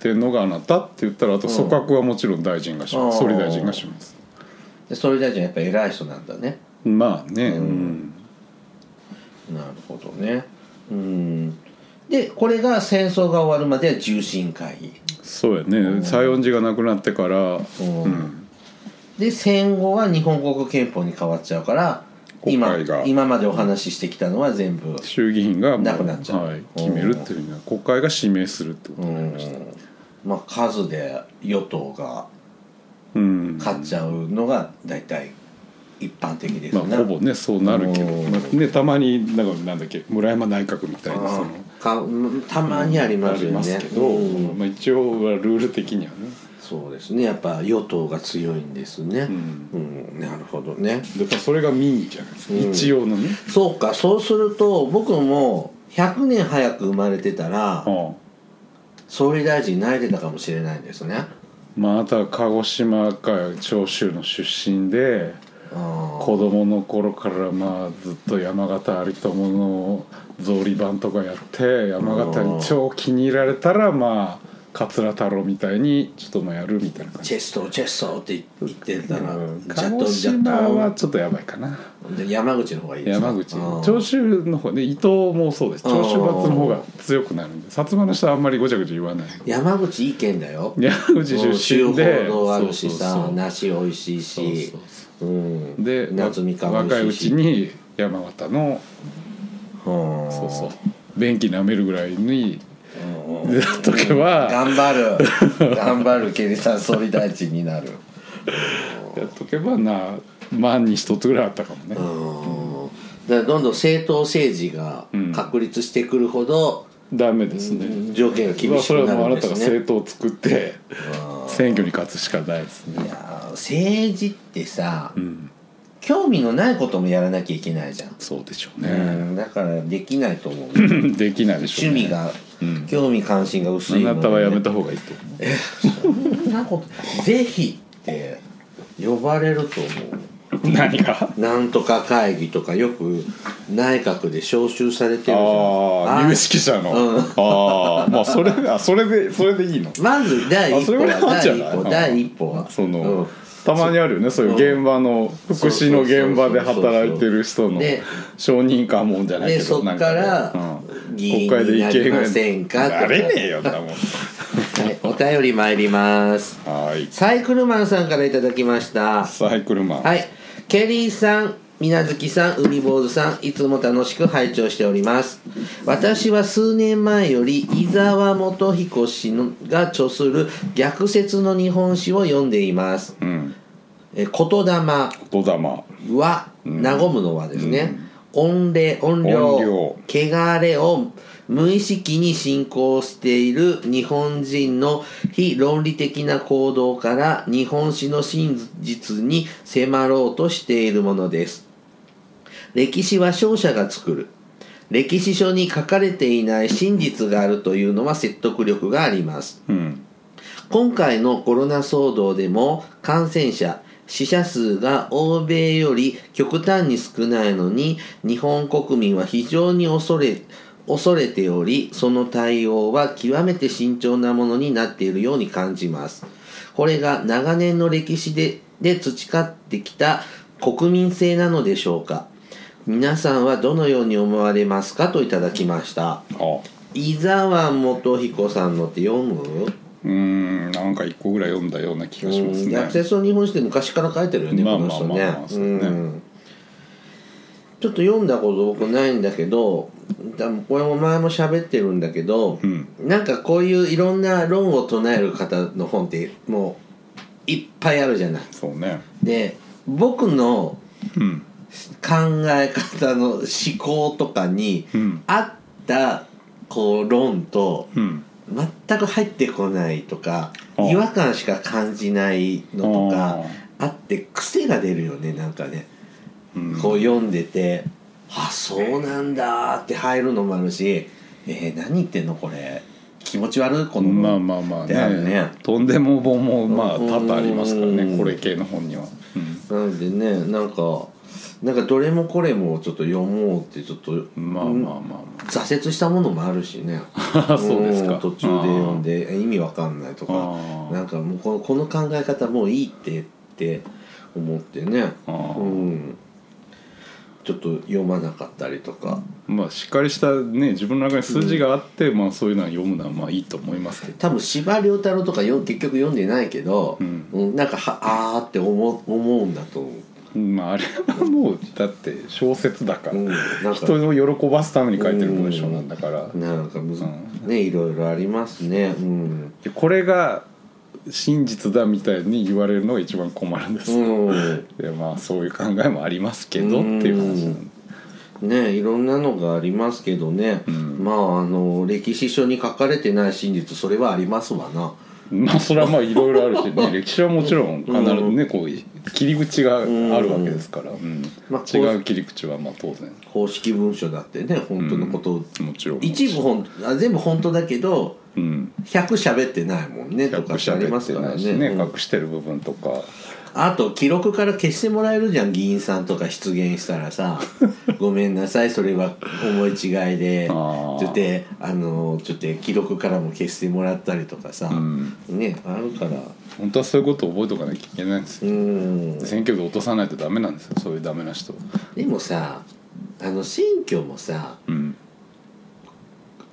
Speaker 2: 天皇があなたって言ったらあと組閣はもちろん大臣がしま
Speaker 1: うん
Speaker 2: す総理大臣がします
Speaker 1: で総理大臣はやっぱ偉い人なんだね
Speaker 2: まあね
Speaker 1: う
Speaker 2: うんん
Speaker 1: なるほどねうんでこれが戦争が終わるまでは重臣会議
Speaker 2: そうやね西園寺が亡くなってから
Speaker 1: うん
Speaker 2: うん
Speaker 1: で戦後は日本国憲法に変わっちゃうから今
Speaker 2: 国会が
Speaker 1: 今までお話ししてきたのは全部
Speaker 2: 衆議院がもう
Speaker 1: なくなっちゃう
Speaker 2: はい決めるっていうのは国会が指名するってこと
Speaker 1: う
Speaker 2: になり
Speaker 1: ん
Speaker 2: ました
Speaker 1: まあ数で与党が
Speaker 2: うん
Speaker 1: 勝っちゃうのが大体一般的です
Speaker 2: ま
Speaker 1: ね、
Speaker 2: あ、ほぼねそうなるけど、
Speaker 1: うん
Speaker 2: まあね、たまになんかなんだっけ村山内閣みたいなその
Speaker 1: あかうんたまにありますよね、
Speaker 2: ありけど、
Speaker 1: うん
Speaker 2: まあ、一応はルール的にはね、
Speaker 1: そうですねやっぱ与党が強いんですね
Speaker 2: う、ん、
Speaker 1: うんなるほどね
Speaker 2: でまあそれが民意じゃないですか、
Speaker 1: うん
Speaker 2: 一応のね、
Speaker 1: そうかそうすると僕も100年早く生まれてたら
Speaker 2: ああ
Speaker 1: 総理大臣になれてたかもしれないんですね
Speaker 2: まあ、あとは鹿児島か長州の出身で
Speaker 1: あ
Speaker 2: 子供の頃からまあずっと山形有友の草履版とかやって山形に超気に入られたらまあ桂太郎みたいにちょっともやるみたいな感
Speaker 1: チ
Speaker 2: じ
Speaker 1: ェストチェストって言ってたら、
Speaker 2: うん
Speaker 1: ジャ
Speaker 2: 鹿
Speaker 1: ット
Speaker 2: 児
Speaker 1: ジャッ
Speaker 2: 島は
Speaker 1: ト
Speaker 2: ちょっとやばいかな
Speaker 1: で山口の方がいいですか
Speaker 2: 山口
Speaker 1: あー
Speaker 2: 長州の方ね伊東もそうです長州閥の方が強くなるんで薩摩の人はあんまりごちゃごちゃ言わ
Speaker 1: [laughs]
Speaker 2: ない
Speaker 1: 山口いい県だよ
Speaker 2: 山口出身で
Speaker 1: 州報道あるしさ
Speaker 2: そうそうそう
Speaker 1: 梨美味しい
Speaker 2: そう
Speaker 1: し
Speaker 2: そうそう
Speaker 1: うん
Speaker 2: で
Speaker 1: 夏みかん美
Speaker 2: 若いう
Speaker 1: 味しいし
Speaker 2: ちに山形の
Speaker 1: うん
Speaker 2: そうそう便器舐めるぐらいに
Speaker 1: うん
Speaker 2: やっとけ
Speaker 1: [laughs]
Speaker 2: ば
Speaker 1: 頑張る頑張るケリさん総理大臣になる
Speaker 2: やっとけばな万に一つぐらいあったかもね
Speaker 1: う、んだからどんどん政党政治が確立してくるほど、
Speaker 2: ダメですね、
Speaker 1: 条件が厳しく
Speaker 2: それ
Speaker 1: な
Speaker 2: はもう
Speaker 1: る
Speaker 2: あ
Speaker 1: ん
Speaker 2: な
Speaker 1: で
Speaker 2: た
Speaker 1: す
Speaker 2: が
Speaker 1: ね
Speaker 2: 政党を作って
Speaker 1: うん
Speaker 2: 選挙に勝つしかないですね
Speaker 1: いやー政治ってさ、
Speaker 2: うん
Speaker 1: 興味のないこともやらなきゃいけないじゃん、
Speaker 2: そうでしょう
Speaker 1: う
Speaker 2: ね、
Speaker 1: んだからできないと思
Speaker 2: [laughs]
Speaker 1: う
Speaker 2: できないでし
Speaker 1: 趣
Speaker 2: ょう、ね、
Speaker 1: 味が、
Speaker 2: うん
Speaker 1: 興味関心が薄
Speaker 2: あ
Speaker 1: いので
Speaker 2: なたはやめた方がいいと思う
Speaker 1: そんなことぜひって呼ばれると思
Speaker 2: 何が
Speaker 1: うなんとか会議とかよく内閣で招集されてるじゃん
Speaker 2: ああ
Speaker 1: あ
Speaker 2: 有識者の、
Speaker 1: うん
Speaker 2: ああまあそれあそれでそれでいいの
Speaker 1: まず第
Speaker 2: あ
Speaker 1: 一
Speaker 2: それ
Speaker 1: 歩
Speaker 2: ぐらい
Speaker 1: は
Speaker 2: あんじゃ
Speaker 1: 第一
Speaker 2: ない
Speaker 1: 歩
Speaker 2: うん
Speaker 1: 第一歩は
Speaker 2: その、
Speaker 1: うん
Speaker 2: たまにあるよねそういう現場の福祉の現場で働いてる人の
Speaker 1: で
Speaker 2: 承認かもんじゃないけ
Speaker 1: で
Speaker 2: ど
Speaker 1: そっか
Speaker 2: な
Speaker 1: ら
Speaker 2: んねうん
Speaker 1: 議員になりませんかとか
Speaker 2: なれねえよだもん
Speaker 1: はいお便り参ります
Speaker 2: はい
Speaker 1: サイクルマンさんからいただきました
Speaker 2: サイクルマン、
Speaker 1: はいケリーさん水月さん海坊主さんいつも楽しく拝聴しております私は数年前より伊沢元彦氏のが著する「逆説の日本史」を読んでいます
Speaker 2: うん
Speaker 1: 「え言霊」
Speaker 2: 言霊
Speaker 1: 和、和むの和ですね、音霊音量
Speaker 2: 音量
Speaker 1: 汚れを無意識に進行している日本人の非論理的な行動から日本史の真実に迫ろうとしているものです歴史は勝者が作る歴史書に書かれていない真実があるというのは説得力があります
Speaker 2: うん
Speaker 1: 今回のコロナ騒動でも感染者死者数が欧米より極端に少ないのに日本国民は非常に恐れ恐れておりその対応は極めて慎重なものになっているように感じますこれが長年の歴史でで培ってきた国民性なのでしょうか皆さんはどのように思われますかといただきました
Speaker 2: あ
Speaker 1: 伊沢元彦さんのって読む
Speaker 2: うーんなんか一個ぐらい読んだような気がします
Speaker 1: うん、
Speaker 2: ね
Speaker 1: 逆説の日本史って昔から書いてるよね、
Speaker 2: まあ
Speaker 1: この人ね,、
Speaker 2: まあまあまあそう
Speaker 1: う
Speaker 2: ね
Speaker 1: ん、ちょっと読んだこと僕ないんだけど多分これも前も喋ってるんだけど、
Speaker 2: うん
Speaker 1: なんかこういういろんな論を唱える方の本ってもういっぱいあるじゃない。
Speaker 2: そうね
Speaker 1: で僕の
Speaker 2: うん
Speaker 1: 考え方の思考とかに
Speaker 2: うん
Speaker 1: 合ったこう論と、
Speaker 2: うん
Speaker 1: 全く入ってこないとか
Speaker 2: ああ
Speaker 1: 違和感しか感じないのとかあって癖が出るよねなんかね
Speaker 2: うん
Speaker 1: こう読んでて「あそうなんだ」って入るのもあるし「えー、何言ってんのこれ気持ち悪いこの」
Speaker 2: まあまあまあ
Speaker 1: である
Speaker 2: ね
Speaker 1: ね
Speaker 2: とんでも本もまあ
Speaker 1: うん
Speaker 2: 多々ありますから
Speaker 1: うん
Speaker 2: ねこれ系の本には、うん
Speaker 1: なんでねなんかなんかどれもこれもちょっと読もうってちょっと
Speaker 2: まあまあま
Speaker 1: 挫折したものもあるしね
Speaker 2: あまあ [laughs] そうですか
Speaker 1: ん途中で読んでえ意味わかんないとか
Speaker 2: あー
Speaker 1: なんかもうこのこの考え方もういいってって思ってね
Speaker 2: あー
Speaker 1: うんちょっと読まなかったりとか
Speaker 2: まあしっかりしたね自分の中に数字があって、まあそういうのは読むのはまあいいと思いますけど
Speaker 1: 多分司馬遼太郎とかよ結局読んでないけど、
Speaker 2: うん
Speaker 1: うんなんかはあーって思う思うんだと思う。
Speaker 2: まああれはもうだって小説だから、
Speaker 1: うん、なんか
Speaker 2: 人を喜ばすために書いてる文章なんだから、
Speaker 1: なんかむず、
Speaker 2: う
Speaker 1: ねいろいろありますね。うん、
Speaker 2: でこれが真実だみたいに言われるのが一番困るんです、
Speaker 1: うん、
Speaker 2: でまあそういう考えもありますけどっていう話なんで
Speaker 1: ねいろんなのがありますけどね、
Speaker 2: うん
Speaker 1: まああの歴史書に書かれてない真実それはありますわな。
Speaker 2: まあそれはまあいろいろあ
Speaker 1: [laughs]
Speaker 2: るしね歴史はもちろん必ずねこう切り口があるわけですから、うん
Speaker 1: まあこう
Speaker 2: 違う切り口はまあ当然
Speaker 1: 公式文書だってね本当のことを、
Speaker 2: もちろん
Speaker 1: 一部本あ全部本当だけど
Speaker 2: うん
Speaker 1: 100喋ってないもんねと
Speaker 2: 隠
Speaker 1: かっ
Speaker 2: して
Speaker 1: あります
Speaker 2: て
Speaker 1: よ
Speaker 2: ない
Speaker 1: ね
Speaker 2: しね
Speaker 1: うん
Speaker 2: 隠してる部分とか
Speaker 1: あと記録から消してもらえるじゃん議員さんとか出現したら
Speaker 2: [laughs]
Speaker 1: さ「ごめんなさいそれは思い違いで」
Speaker 2: あー
Speaker 1: ちょっとあのちょっと記録からも消してもらったりとかさ、
Speaker 2: うん
Speaker 1: ねあるから
Speaker 2: 本当はそういうことを覚えておかなきゃいけないんです
Speaker 1: う
Speaker 2: よ、
Speaker 1: ん
Speaker 2: 選挙で落とさないとダメなんですよそういうダメな人
Speaker 1: でもさあの選挙もさ
Speaker 2: うん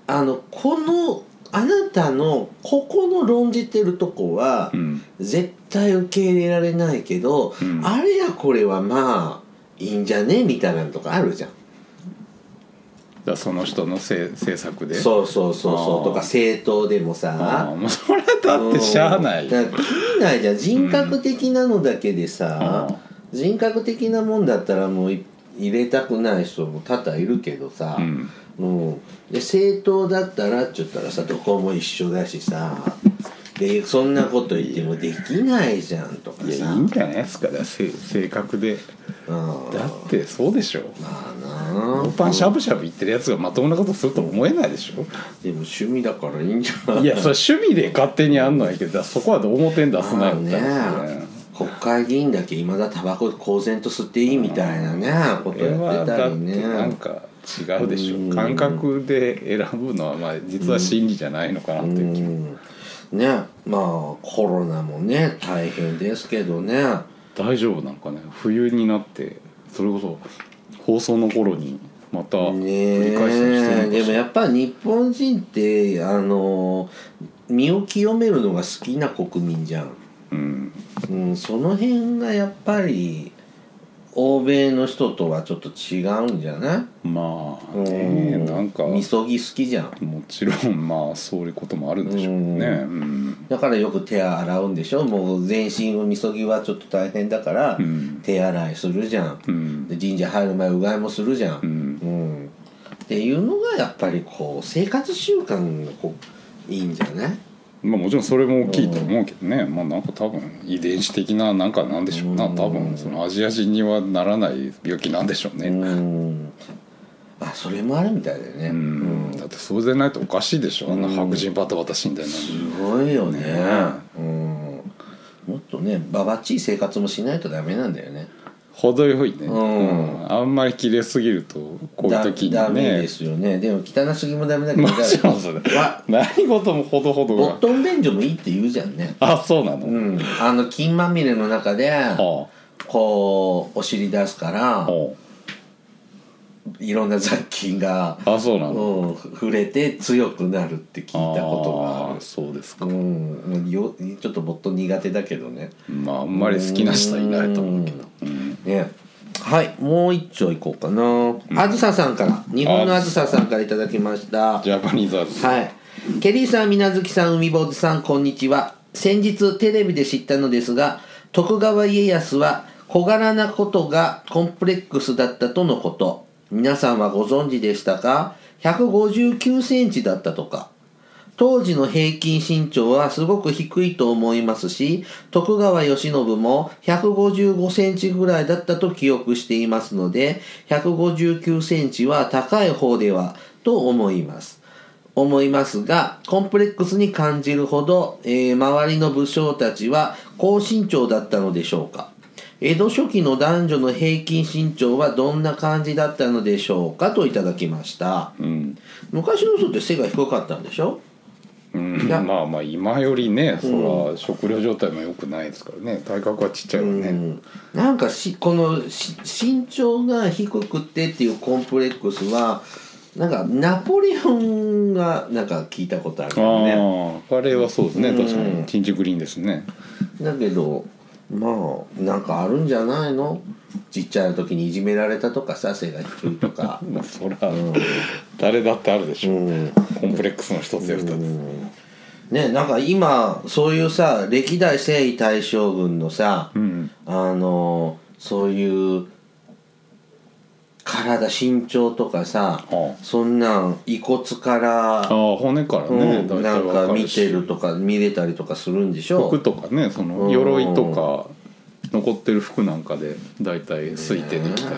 Speaker 1: あのこのあなたのここの論じてるとこは
Speaker 2: う、ん
Speaker 1: 絶対受け入れられないけど、
Speaker 2: うん
Speaker 1: あれやこれはまあいいんじゃねみたいなのとかあるじゃん。
Speaker 2: じゃあその人のせい政策で
Speaker 1: そうそうそうそ
Speaker 2: あー
Speaker 1: うとか政党でも
Speaker 2: ああ
Speaker 1: さ
Speaker 2: もうそれはだってしゃあない
Speaker 1: だから切んないじゃん人格的なのだけでさ、人格的なもんだったらもうい入れたくない人も多々いるけどさ、
Speaker 2: うん
Speaker 1: うん、で政党だったらって言ったらさどこも一緒だしさでそんなこと言ってもできないじゃんとかさ
Speaker 2: いやいいんじゃないですかだからせ性格で
Speaker 1: うん
Speaker 2: だってそうでしょ
Speaker 1: ま
Speaker 2: ノ
Speaker 1: あ
Speaker 2: ー
Speaker 1: な
Speaker 2: パンしゃぶしゃぶ言ってるやつがまともなことすると思えないでしょ
Speaker 1: でも趣味だからいいんじゃない
Speaker 2: いやそれ趣味で勝手にやんのやけどだからそこは表に出すなよみたい
Speaker 1: ま
Speaker 2: な
Speaker 1: あ
Speaker 2: ね
Speaker 1: ね国会議員だけいまだタバコ公然と吸っていいみたいなねこ
Speaker 2: ことれ
Speaker 1: や
Speaker 2: は
Speaker 1: ってた
Speaker 2: だっ
Speaker 1: り
Speaker 2: て
Speaker 1: ね
Speaker 2: なんか違うでし
Speaker 1: うん
Speaker 2: ょ感覚で選ぶのはまあ実は真理じゃないのかなっ
Speaker 1: う
Speaker 2: ていう気も
Speaker 1: んねまあコロナもね大変ですけどね
Speaker 2: 大丈夫なんかね冬になってそれこそ放送の頃にまた繰り返しにしてる
Speaker 1: ね
Speaker 2: の
Speaker 1: で
Speaker 2: かし
Speaker 1: も
Speaker 2: ら
Speaker 1: やっぱ日本人ってあの身を清めるのが好きな国民じゃん、
Speaker 2: うん
Speaker 1: うん、その辺がやっぱり欧米の人とはちょっと違うんじゃない
Speaker 2: まあね
Speaker 1: うん
Speaker 2: なんか
Speaker 1: み
Speaker 2: も
Speaker 1: そぎ好きじゃん
Speaker 2: ちろんまあそういうこともあるんでしょうねうん
Speaker 1: だからよく手洗うんでしょもう全身をみそぎはちょっと大変だから、
Speaker 2: うん
Speaker 1: 手洗いするじゃん、
Speaker 2: うん
Speaker 1: で神社入る前うがいもするじゃ、
Speaker 2: うんん
Speaker 1: うんっていうのがやっぱりこう生活習慣がこういいんじゃない
Speaker 2: まあもちろんそれも大きいと思うけどねまあなんか多分遺伝子的ななんかなんでしょうな
Speaker 1: うん
Speaker 2: 多分そのアジア人にはならない病気なんでしょうね
Speaker 1: うんあそれもあるみたいだよね、
Speaker 2: う
Speaker 1: う
Speaker 2: ん
Speaker 1: ん
Speaker 2: だってそうでないとおかしいでしょあんな白人バタバタ死んでるのに
Speaker 1: すごいよね
Speaker 2: ね
Speaker 1: うんもっとねばばっちい生活もしないとダメなんだよね
Speaker 2: 程よいね、
Speaker 1: うん
Speaker 2: あんまり綺麗すぎるとこういう
Speaker 1: だ
Speaker 2: 時
Speaker 1: ダ
Speaker 2: に
Speaker 1: メ
Speaker 2: ね
Speaker 1: ですよねでも汚すぎもダメだけど
Speaker 2: もちろんそれ
Speaker 1: わ
Speaker 2: 何事もほどほど
Speaker 1: ボッ
Speaker 2: が
Speaker 1: トン便所もいいって言うじゃんね
Speaker 2: あそうなの、
Speaker 1: うんあの金まみれの中で
Speaker 2: は
Speaker 1: こうお尻出すから
Speaker 2: あは
Speaker 1: いろんな雑菌が、
Speaker 2: ああそう
Speaker 1: う
Speaker 2: なの
Speaker 1: ん、触れて強くなるって聞いたことがあ
Speaker 2: あー
Speaker 1: る
Speaker 2: そうですか、
Speaker 1: うんもうよちょっとボットン苦手だけどね
Speaker 2: まああんまり好きな人いないと思うけど
Speaker 1: ねはいもう一丁いこうかなあずささんから日本のあずささんからいただきました
Speaker 2: ジャパニーズアーテ
Speaker 1: はい。ケリーさん、みなずきさん、海坊主さん、こんにちは。先日テレビで知ったのですが、徳川家康は小柄なことがコンプレックスだったとのこと。皆さんはご存知でしたか ?159 センチだったとか。当時の平均身長はすごく低いと思いますし、徳川慶喜も155センチぐらいだったと記憶していますので、159センチは高い方ではと思います。思いますが、コンプレックスに感じるほど、えー周りの武将たちは高身長だったのでしょうか。江戸初期の男女の平均身長はどんな感じだったのでしょうかといただきました。
Speaker 2: うん、
Speaker 1: 昔の人って背が低かったんでしょ
Speaker 2: うん、
Speaker 1: いや
Speaker 2: まあまあ今よりねそら食料状態も良くないですからね体格はちっちゃいよね、
Speaker 1: うんなんかしこのし身長が低くてっていうコンプレックスはなんかナポレオンがなんか聞いたことある
Speaker 2: あ
Speaker 1: よね
Speaker 2: ああれはそうですね
Speaker 1: うん
Speaker 2: 確かにチンジグリーンですね
Speaker 1: だけどまあなんかあるんじゃないのちっちゃい時にいじめられたとかさ背が低いと
Speaker 2: [laughs]
Speaker 1: か
Speaker 2: まあそら誰だってあるでし
Speaker 1: う
Speaker 2: ょ
Speaker 1: ん
Speaker 2: コンプレックスの一つや二つ
Speaker 1: ねなんか今そういうさ歴代征夷大将軍のさ、
Speaker 2: うん
Speaker 1: あのそういう体身長とかさ
Speaker 2: あ
Speaker 1: そんなん遺骨か
Speaker 2: あ
Speaker 1: ら、
Speaker 2: 骨から
Speaker 1: う
Speaker 2: ね、
Speaker 1: ん
Speaker 2: 大
Speaker 1: な
Speaker 2: 体
Speaker 1: ん
Speaker 2: わ
Speaker 1: か
Speaker 2: か
Speaker 1: 見
Speaker 2: るして
Speaker 1: るとか見れたりとかするんでしょ
Speaker 2: 服とかねその鎧とか残ってる服なんかで大体推定できたり、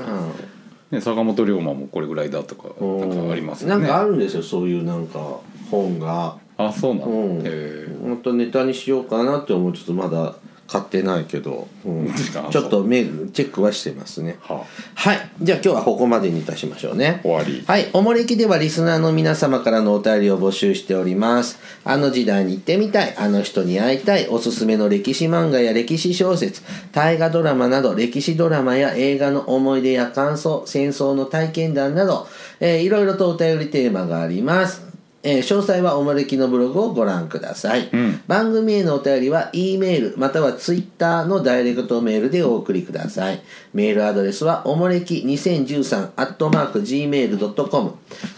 Speaker 2: ね、坂本龍馬もこれぐらいだとか
Speaker 1: うん
Speaker 2: なんかあります
Speaker 1: な
Speaker 2: よ
Speaker 1: ん
Speaker 2: ね
Speaker 1: かあ
Speaker 2: あ
Speaker 1: るんですよそういうなんか本が
Speaker 2: そうなの、
Speaker 1: うん
Speaker 2: へえ
Speaker 1: 本当ネタにしようかなって思うちょっとまだ買ってないけど、
Speaker 2: [laughs]
Speaker 1: うん、
Speaker 2: ですか
Speaker 1: ちょっとメールチェックはしてますね
Speaker 2: は
Speaker 1: はいじゃあ今日はここまでにいたしましょうね
Speaker 2: 終わり
Speaker 1: はいおもれきではリスナーの皆様からのお便りを募集しておりますあの時代に行ってみたいあの人に会いたいおすすめの歴史漫画や歴史小説大河ドラマなど歴史ドラマや映画の思い出や感想戦争の体験談など、えーいろいろとお便りテーマがありますえー詳細はおもれきのブログをご覧ください、番組へのお便りは E メールまたは Twitter のダイレクトメールでお送りくださいメールアドレスはおもれき2013 gmail.com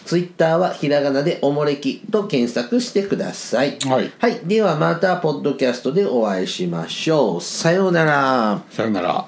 Speaker 1: ツイッターはひらがなでおもれきと検索してください
Speaker 2: はい
Speaker 1: ではまたポッドキャストでお会いしましょうさようなら
Speaker 2: さよなら